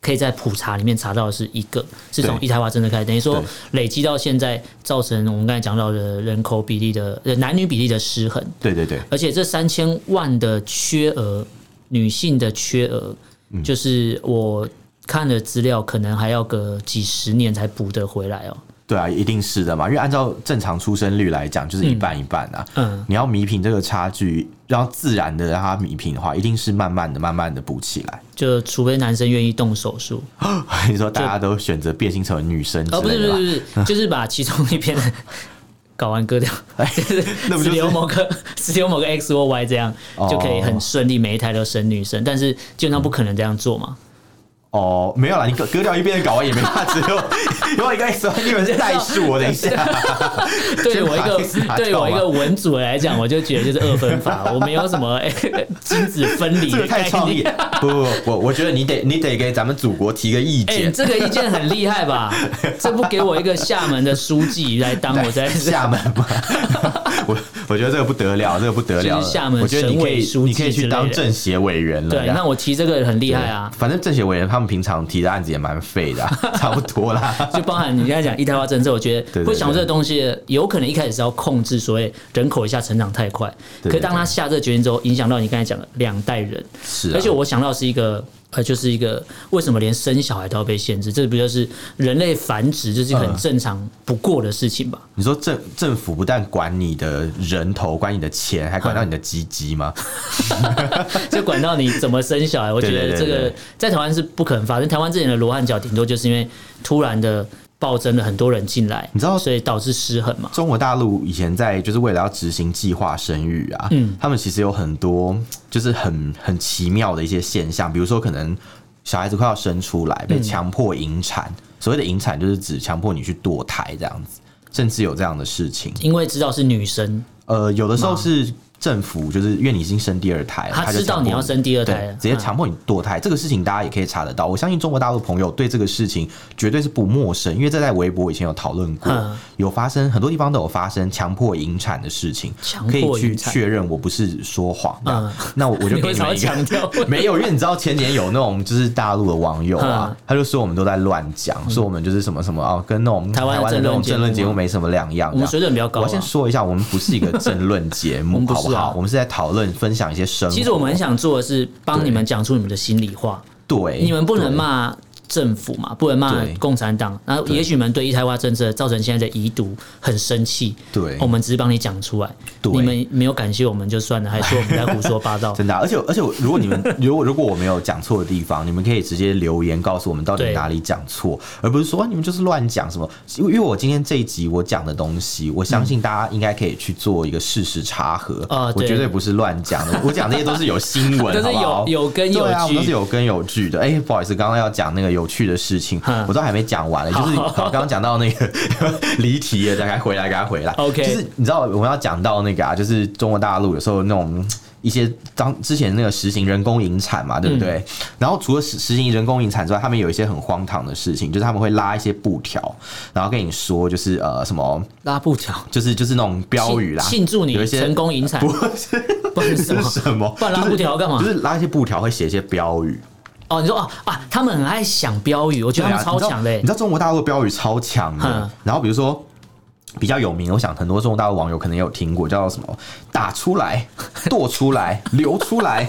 [SPEAKER 2] 可以在普查里面查到的是一个，是从
[SPEAKER 1] 对
[SPEAKER 2] 一胎化政策开始，等于说
[SPEAKER 1] 对
[SPEAKER 2] 累积到现在，造成我们刚才讲到的人口比例的呃男女比例的失衡。
[SPEAKER 1] 对对对，
[SPEAKER 2] 而且这三千万的缺额，女性的缺额，
[SPEAKER 1] 嗯
[SPEAKER 2] 就是我看了资料，可能还要个几十年才补得回来哦。
[SPEAKER 1] 对啊，一定是的嘛，因为按照正常出生率来讲，就是一半一半啊。
[SPEAKER 2] 嗯
[SPEAKER 1] 你要弥平这个差距，然后自然的让它弥平的话，一定是慢慢的、慢慢的补起来。
[SPEAKER 2] 就除非男生愿意动手术，
[SPEAKER 1] 你说大家都选择变性成为女啊生之
[SPEAKER 2] 哦，不是
[SPEAKER 1] 类
[SPEAKER 2] 不
[SPEAKER 1] 的
[SPEAKER 2] 是
[SPEAKER 1] 吧
[SPEAKER 2] 不，是，就是把其中一边的 睾丸割掉，就是
[SPEAKER 1] 哎那 不就是
[SPEAKER 2] 只留某个只留某个 X 或 Y 这样，
[SPEAKER 1] 哦
[SPEAKER 2] 就可以很顺利每一胎都生女生，但是基本上不可能这样做嘛。
[SPEAKER 1] 哦，没有啦，你割割掉一边的睾丸也没办法，只 有 如果一个 X，你以为是代数？我等一 下，
[SPEAKER 2] 对我一
[SPEAKER 1] 先把 X
[SPEAKER 2] 个
[SPEAKER 1] 拿
[SPEAKER 2] 对
[SPEAKER 1] 掉
[SPEAKER 2] 我一
[SPEAKER 1] 嘛
[SPEAKER 2] 个文组来讲，我就觉得就是二分法，我没有什么、哎精子分离
[SPEAKER 1] 这
[SPEAKER 2] 的
[SPEAKER 1] 个太
[SPEAKER 2] 概
[SPEAKER 1] 创意
[SPEAKER 2] 念。。
[SPEAKER 1] 不不不，我我觉得你得你得给咱们祖国提个意
[SPEAKER 2] 哎、你
[SPEAKER 1] 见。
[SPEAKER 2] 这个意见很厉害吧？这不给我一个厦门的书记来当我在
[SPEAKER 1] 厦门嘛， 我我觉得这个不得了，这个不得了
[SPEAKER 2] 就是厦门
[SPEAKER 1] 了。我觉得你
[SPEAKER 2] 省
[SPEAKER 1] 可
[SPEAKER 2] 委
[SPEAKER 1] 以
[SPEAKER 2] 书
[SPEAKER 1] 你可以
[SPEAKER 2] 记之
[SPEAKER 1] 去
[SPEAKER 2] 类的
[SPEAKER 1] 当政协委员了。
[SPEAKER 2] 对，
[SPEAKER 1] 这样
[SPEAKER 2] 那我提这个很厉害啊，
[SPEAKER 1] 反正政协委员他们平常提的案子也蛮废 的啊、差不多啦。
[SPEAKER 2] 就包含你刚才讲一胎化政策，我觉
[SPEAKER 1] 对对
[SPEAKER 2] 得会想这个东西，有可能一开始是要控制所谓人口一下成长太快，
[SPEAKER 1] 对
[SPEAKER 2] 可是当他下这个决定之后，影响到你刚才讲的两代人，
[SPEAKER 1] 是、啊，
[SPEAKER 2] 而且我想到是一个呃，就是一个为什么连生小孩都要被限制？这不就是人类繁殖就是一个很
[SPEAKER 1] 嗯
[SPEAKER 2] 正常不过的事情吧？
[SPEAKER 1] 你说政政府不但管你的人头，管你的钱，还管到你的鸡鸡吗？
[SPEAKER 2] 就管到你怎么生小孩，我觉
[SPEAKER 1] 对
[SPEAKER 2] 得
[SPEAKER 1] 对对
[SPEAKER 2] 这
[SPEAKER 1] 对
[SPEAKER 2] 个在台湾是不可能发生。台湾之前的罗汉脚，顶多就是因为突然的暴增了很多人进来，
[SPEAKER 1] 你知道
[SPEAKER 2] 所以导致失衡嘛？
[SPEAKER 1] 中国大陆以前在就是为了要执行计划生育啊，
[SPEAKER 2] 嗯
[SPEAKER 1] 他们其实有很多就是很很奇妙的一些现象，比如说可能小孩子快要生出来
[SPEAKER 2] 嗯
[SPEAKER 1] 被强迫引产，所谓的引产就是指强迫你去堕胎这样子，甚至有这样的事情。
[SPEAKER 2] 因为知道是女生，
[SPEAKER 1] 呃，有的时候是政府就是因为你已经生第二胎了，
[SPEAKER 2] 他
[SPEAKER 1] 就
[SPEAKER 2] 知道
[SPEAKER 1] 强迫
[SPEAKER 2] 你要生第二胎嗯
[SPEAKER 1] 对
[SPEAKER 2] 了啊
[SPEAKER 1] 直接强迫你堕胎，这个事情大家也可以查得到。我相信中国大陆朋友对这个事情绝对是不陌生，因为这在微博以前有讨论过
[SPEAKER 2] 嗯，
[SPEAKER 1] 有发生很多地方都有发生强迫引产的事情
[SPEAKER 2] 强，迫
[SPEAKER 1] 可以
[SPEAKER 2] 引
[SPEAKER 1] 去
[SPEAKER 2] 产
[SPEAKER 1] 确认我不是说谎的。
[SPEAKER 2] 嗯
[SPEAKER 1] 那我我 就
[SPEAKER 2] 你
[SPEAKER 1] 给
[SPEAKER 2] 为
[SPEAKER 1] 你
[SPEAKER 2] 什么
[SPEAKER 1] 们
[SPEAKER 2] 要
[SPEAKER 1] 一个
[SPEAKER 2] 强。调？
[SPEAKER 1] 没有，因为你知道前年有那种就是大陆的网友啊
[SPEAKER 2] 嗯，
[SPEAKER 1] 他就说我们都在乱讲，说我们就是什么什么哦，跟那种
[SPEAKER 2] 台湾的
[SPEAKER 1] 的那种
[SPEAKER 2] 政
[SPEAKER 1] 政
[SPEAKER 2] 论
[SPEAKER 1] 论
[SPEAKER 2] 节
[SPEAKER 1] 节
[SPEAKER 2] 目啊
[SPEAKER 1] 目没什么两样。
[SPEAKER 2] 我们
[SPEAKER 1] 这样
[SPEAKER 2] 水准比较高、
[SPEAKER 1] 我
[SPEAKER 2] 啊
[SPEAKER 1] 先。说一下，我们不是一个政论节
[SPEAKER 2] 我
[SPEAKER 1] 目
[SPEAKER 2] 们，不是啊
[SPEAKER 1] 好不好？我们是在讨论、分享一些生活。
[SPEAKER 2] 其实我们很想做的是帮
[SPEAKER 1] 对
[SPEAKER 2] 你们讲出你们的心里话，
[SPEAKER 1] 对
[SPEAKER 2] 你们不能骂。政府嘛，不能骂
[SPEAKER 1] 哎对
[SPEAKER 2] 共产党。然后，也许你们对一胎化政策造成现在的遗毒很生气，
[SPEAKER 1] 对
[SPEAKER 2] 我们只是帮你讲出来。
[SPEAKER 1] 对
[SPEAKER 2] 你们没有感谢我们就算了，还说我们在胡说八
[SPEAKER 1] 。
[SPEAKER 2] 道
[SPEAKER 1] 真的啊、而且而且我，如果你们如果如果我没有讲错的地方，你们可以直接留言告诉我们到底
[SPEAKER 2] 对
[SPEAKER 1] 哪里讲错，而不是说啊你们就是乱讲什么。因为因为我今天这一集我讲的东西，我
[SPEAKER 2] 嗯
[SPEAKER 1] 相信大家应该可以去做一个事实查核。
[SPEAKER 2] 啊
[SPEAKER 1] 我
[SPEAKER 2] 对
[SPEAKER 1] 绝对不是乱讲的，我讲这些都是有新闻，
[SPEAKER 2] 都是
[SPEAKER 1] 好不好
[SPEAKER 2] 有有根有
[SPEAKER 1] 对啊，我
[SPEAKER 2] 据
[SPEAKER 1] 们都是有根有据的。哎、不好意思，刚刚要讲那个有趣的事情，
[SPEAKER 2] 嗯
[SPEAKER 1] 我都还没讲完呢，就是
[SPEAKER 2] 好
[SPEAKER 1] 好刚刚讲到那个 离题了，赶快回来，赶快回来。
[SPEAKER 2] OK
[SPEAKER 1] 就是你知道我们要讲到那个啊，就是中国大陆有时候那种。嗯一些当之前那个实行人工引产嘛，对不
[SPEAKER 2] 嗯
[SPEAKER 1] 对？然后除了实实行人工引产之外，他们有一些很荒唐的事情，就是他们会拉一些布条，然后跟你说就是呃什么，
[SPEAKER 2] 拉布条，
[SPEAKER 1] 就是就是那种标语啦，
[SPEAKER 2] 庆庆祝你
[SPEAKER 1] 有一些
[SPEAKER 2] 成功引产，
[SPEAKER 1] 不是
[SPEAKER 2] 不然是什
[SPEAKER 1] 这
[SPEAKER 2] 么
[SPEAKER 1] 是什么？
[SPEAKER 2] 不然拉布条干嘛
[SPEAKER 1] 就是？就是拉一些布条会写一些标语，
[SPEAKER 2] 哦，你说哦啊，他们很爱想标语，我觉得他们超强的
[SPEAKER 1] 对啊你知道。你
[SPEAKER 2] 欸
[SPEAKER 1] 知。道中国大陆的标语超强
[SPEAKER 2] 嗯
[SPEAKER 1] 的，然后比如说。比较有名，我想很多中国大陆网友可能也有听过，叫什么“打出来、 剁出来、流出来”，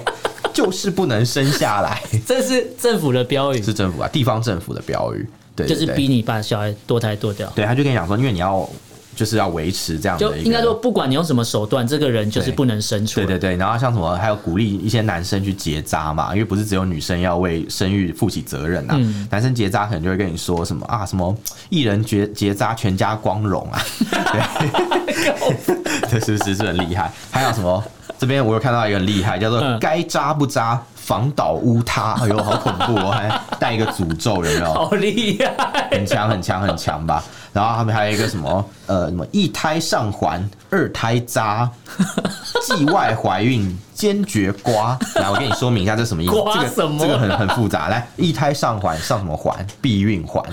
[SPEAKER 1] 就是不能生下来，
[SPEAKER 2] 这是政府的标语，
[SPEAKER 1] 是政府啊，地方政府的标语，对
[SPEAKER 2] 就是
[SPEAKER 1] 对对
[SPEAKER 2] 逼你把小孩堕胎堕掉。
[SPEAKER 1] 对，他就跟你讲说，因为你要就是要维持这样的
[SPEAKER 2] 就
[SPEAKER 1] 一个，
[SPEAKER 2] 应该说，不管你用什么手段，这个人就是
[SPEAKER 1] 对
[SPEAKER 2] 不能生出
[SPEAKER 1] 对
[SPEAKER 2] 来。
[SPEAKER 1] 对对，然后像什么，还有鼓励一些男生去结扎嘛，因为不是只有女生要为生育负起责任啊。
[SPEAKER 2] 嗯
[SPEAKER 1] 男生结扎可能就会跟你说什么啊，什么一人结结扎全家光荣啊， 对，这是不是是很厉害？还有什么？这边我有看到一个很厉害，叫做“
[SPEAKER 2] 嗯
[SPEAKER 1] 该扎不扎，防倒屋塌”，哎呦，好恐怖哦，还带一个诅咒，有没有？
[SPEAKER 2] 好厉害！
[SPEAKER 1] 很强很强很强吧。然后他们还有一个什么呃什么一胎上环，二胎扎，继外怀孕坚决刮。来，我跟你说明一下这什么意思。
[SPEAKER 2] 刮
[SPEAKER 1] 这个
[SPEAKER 2] 什么。
[SPEAKER 1] 这个很很复杂。来，一胎上环上什么环？避孕环，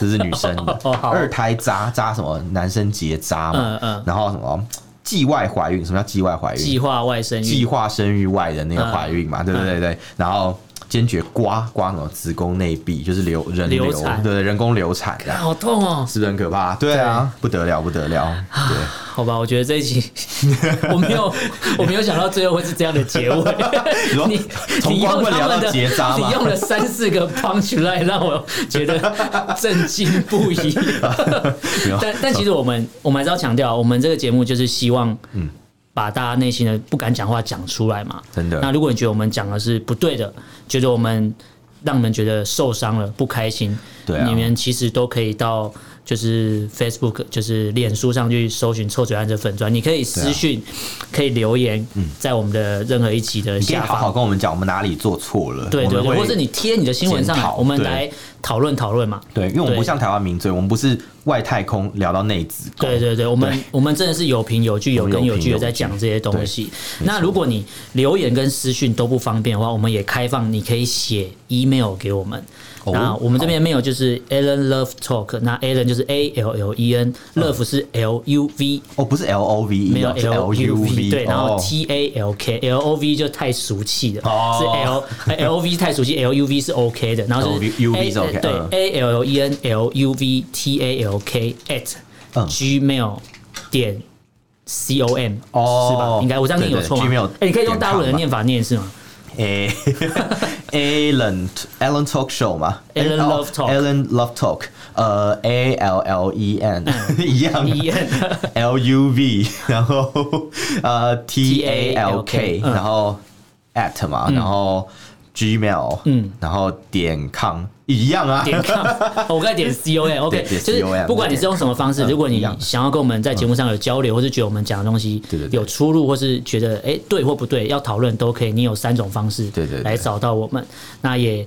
[SPEAKER 1] 这是女生的
[SPEAKER 2] 哦好
[SPEAKER 1] 二胎扎扎什么？男生结扎嘛。
[SPEAKER 2] 嗯嗯
[SPEAKER 1] 然后什么继外怀孕？什么叫继外怀孕？
[SPEAKER 2] 计划外生
[SPEAKER 1] 计
[SPEAKER 2] 育，
[SPEAKER 1] 划生育外的那个怀孕
[SPEAKER 2] 嗯
[SPEAKER 1] 嘛，对不对对，然后坚决刮刮什么子宫内壁，就是流人流，
[SPEAKER 2] 流产
[SPEAKER 1] 对对，人工流产这
[SPEAKER 2] 啊
[SPEAKER 1] 样。
[SPEAKER 2] 好痛哦！
[SPEAKER 1] 是不是很可怕？对啊，不得了，不得了，对，
[SPEAKER 2] 好吧，我觉得这一集 我没有我没有想到最后会是这样的结尾。
[SPEAKER 1] 你说
[SPEAKER 2] 你
[SPEAKER 1] 从
[SPEAKER 2] 你
[SPEAKER 1] 光
[SPEAKER 2] 用
[SPEAKER 1] 棍
[SPEAKER 2] 他
[SPEAKER 1] 聊
[SPEAKER 2] 们
[SPEAKER 1] 到
[SPEAKER 2] 的，
[SPEAKER 1] 结扎
[SPEAKER 2] 你
[SPEAKER 1] 嘛，
[SPEAKER 2] 用 了三四个 punch line 让我 觉得震惊不已。但但其实我们我们还是要强调，我们这个节目就是希望，把大家内心的不敢讲话讲出来嘛。
[SPEAKER 1] 嗯真的
[SPEAKER 2] 那如果你觉得我们讲的是不对的，觉得我们让你们觉得受伤了、不开心，
[SPEAKER 1] 对啊
[SPEAKER 2] 你们其实都可以到。就是 Facebook，就是脸书上去搜寻“臭嘴案”这粉砖，你可以
[SPEAKER 1] 啊
[SPEAKER 2] 私讯，可以留言，在我们的任何一集的
[SPEAKER 1] 嗯你可以
[SPEAKER 2] 下
[SPEAKER 1] 好
[SPEAKER 2] 方
[SPEAKER 1] 好跟我们讲，我们哪里做错了，
[SPEAKER 2] 对
[SPEAKER 1] 我
[SPEAKER 2] 对
[SPEAKER 1] 们
[SPEAKER 2] 对，
[SPEAKER 1] 会
[SPEAKER 2] 或是你贴你的新闻上
[SPEAKER 1] 检
[SPEAKER 2] 来，
[SPEAKER 1] 讨
[SPEAKER 2] 我们
[SPEAKER 1] 对
[SPEAKER 2] 来讨论讨论嘛。
[SPEAKER 1] 对，因为我们
[SPEAKER 2] 对
[SPEAKER 1] 不像台湾名嘴，我们不是外太空聊到内子宫，
[SPEAKER 2] 对对对，我们我们真的是有凭有据、有
[SPEAKER 1] 们有
[SPEAKER 2] 根有
[SPEAKER 1] 凭
[SPEAKER 2] 据的
[SPEAKER 1] 有
[SPEAKER 2] 在
[SPEAKER 1] 据
[SPEAKER 2] 讲这些东西。那如果你留言跟私讯都不方便的话，我们也开放，你可以写 email 给我们。
[SPEAKER 1] 哦
[SPEAKER 2] 那我们这边没有，就是 Alan Love Talk，那 Alan 就是 A L L E
[SPEAKER 1] 嗯
[SPEAKER 2] N，Love 是 L U V。
[SPEAKER 1] 哦，不是 L O V E，
[SPEAKER 2] 没有
[SPEAKER 1] 是 L
[SPEAKER 2] U
[SPEAKER 1] V，
[SPEAKER 2] 对，然
[SPEAKER 1] 哦
[SPEAKER 2] 后 T A L K L O V 就太俗气了，
[SPEAKER 1] 哦
[SPEAKER 2] 是 L 呃 L V 太俗气，L U V 是 OK 的，然后就是
[SPEAKER 1] LV
[SPEAKER 2] A-
[SPEAKER 1] 哦是 OK，嗯
[SPEAKER 2] 对 A L E N L U V T A L K at
[SPEAKER 1] 嗯
[SPEAKER 2] gmail 点 c o m
[SPEAKER 1] 哦
[SPEAKER 2] 是吧？应该我这样念有错吗
[SPEAKER 1] 对对，gmail.com？
[SPEAKER 2] 哎，你可以用大陆人的念法念是吗？
[SPEAKER 1] 诶 ，Alan Alan Talk Show 嘛
[SPEAKER 2] Alan
[SPEAKER 1] 诶哦
[SPEAKER 2] Love Talk
[SPEAKER 1] Alan Love Talk，呃，A L L E N 一样
[SPEAKER 2] E N
[SPEAKER 1] L U V，然 后呃 T A L K，
[SPEAKER 2] T A L K，嗯
[SPEAKER 1] 然后 at 嘛，然后 Gmail，嗯，然后点 com 一样啊，
[SPEAKER 2] 点 com，我刚才点 c o m OK，
[SPEAKER 1] 对点
[SPEAKER 2] 就是
[SPEAKER 1] com
[SPEAKER 2] 不管你是用什么方式，
[SPEAKER 1] 嗯
[SPEAKER 2] 如果
[SPEAKER 1] 一
[SPEAKER 2] 你
[SPEAKER 1] 样嗯
[SPEAKER 2] 想要跟我们在节目上有交流，或是觉得我们讲的东西
[SPEAKER 1] 对对对
[SPEAKER 2] 有出入，或是觉得哎对或不对要讨论都可以，你有三种方式
[SPEAKER 1] 对对对
[SPEAKER 2] 来找到我们，那也。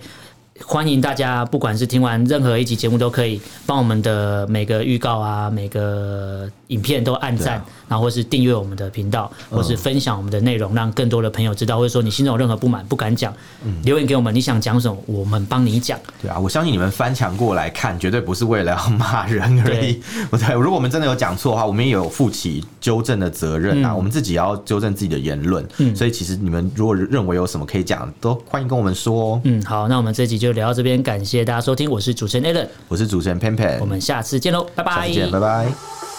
[SPEAKER 2] 欢迎大家，不管是听完任何一集节目，都可以帮我们的每个预告啊、每个影片都按
[SPEAKER 1] 对
[SPEAKER 2] 赞，
[SPEAKER 1] 啊嗯
[SPEAKER 2] 然后或是订阅我们的频道，或是分享我们的内容，让更多的朋友知道，或者说你心中有任何不满不敢讲，
[SPEAKER 1] 嗯
[SPEAKER 2] 留言给我们，你想讲什么，我们帮你讲。
[SPEAKER 1] 对啊，我相信你们翻墙过来看，绝对不是为了要骂人而已。我 对，如果我们真的有讲错的话，我们也有负起纠正的责任啊，我们自己也要纠正自己的言论。所以其实你们如果认为有什么可以讲，都欢迎跟我们说哦。
[SPEAKER 2] 嗯，好，那我们这集就聊到这边，感谢大家收听，我是主持人 Allen，
[SPEAKER 1] 我是主持人 Pan Pan，
[SPEAKER 2] 我们下次见喽，拜
[SPEAKER 1] 下次见，拜拜。
[SPEAKER 3] 拜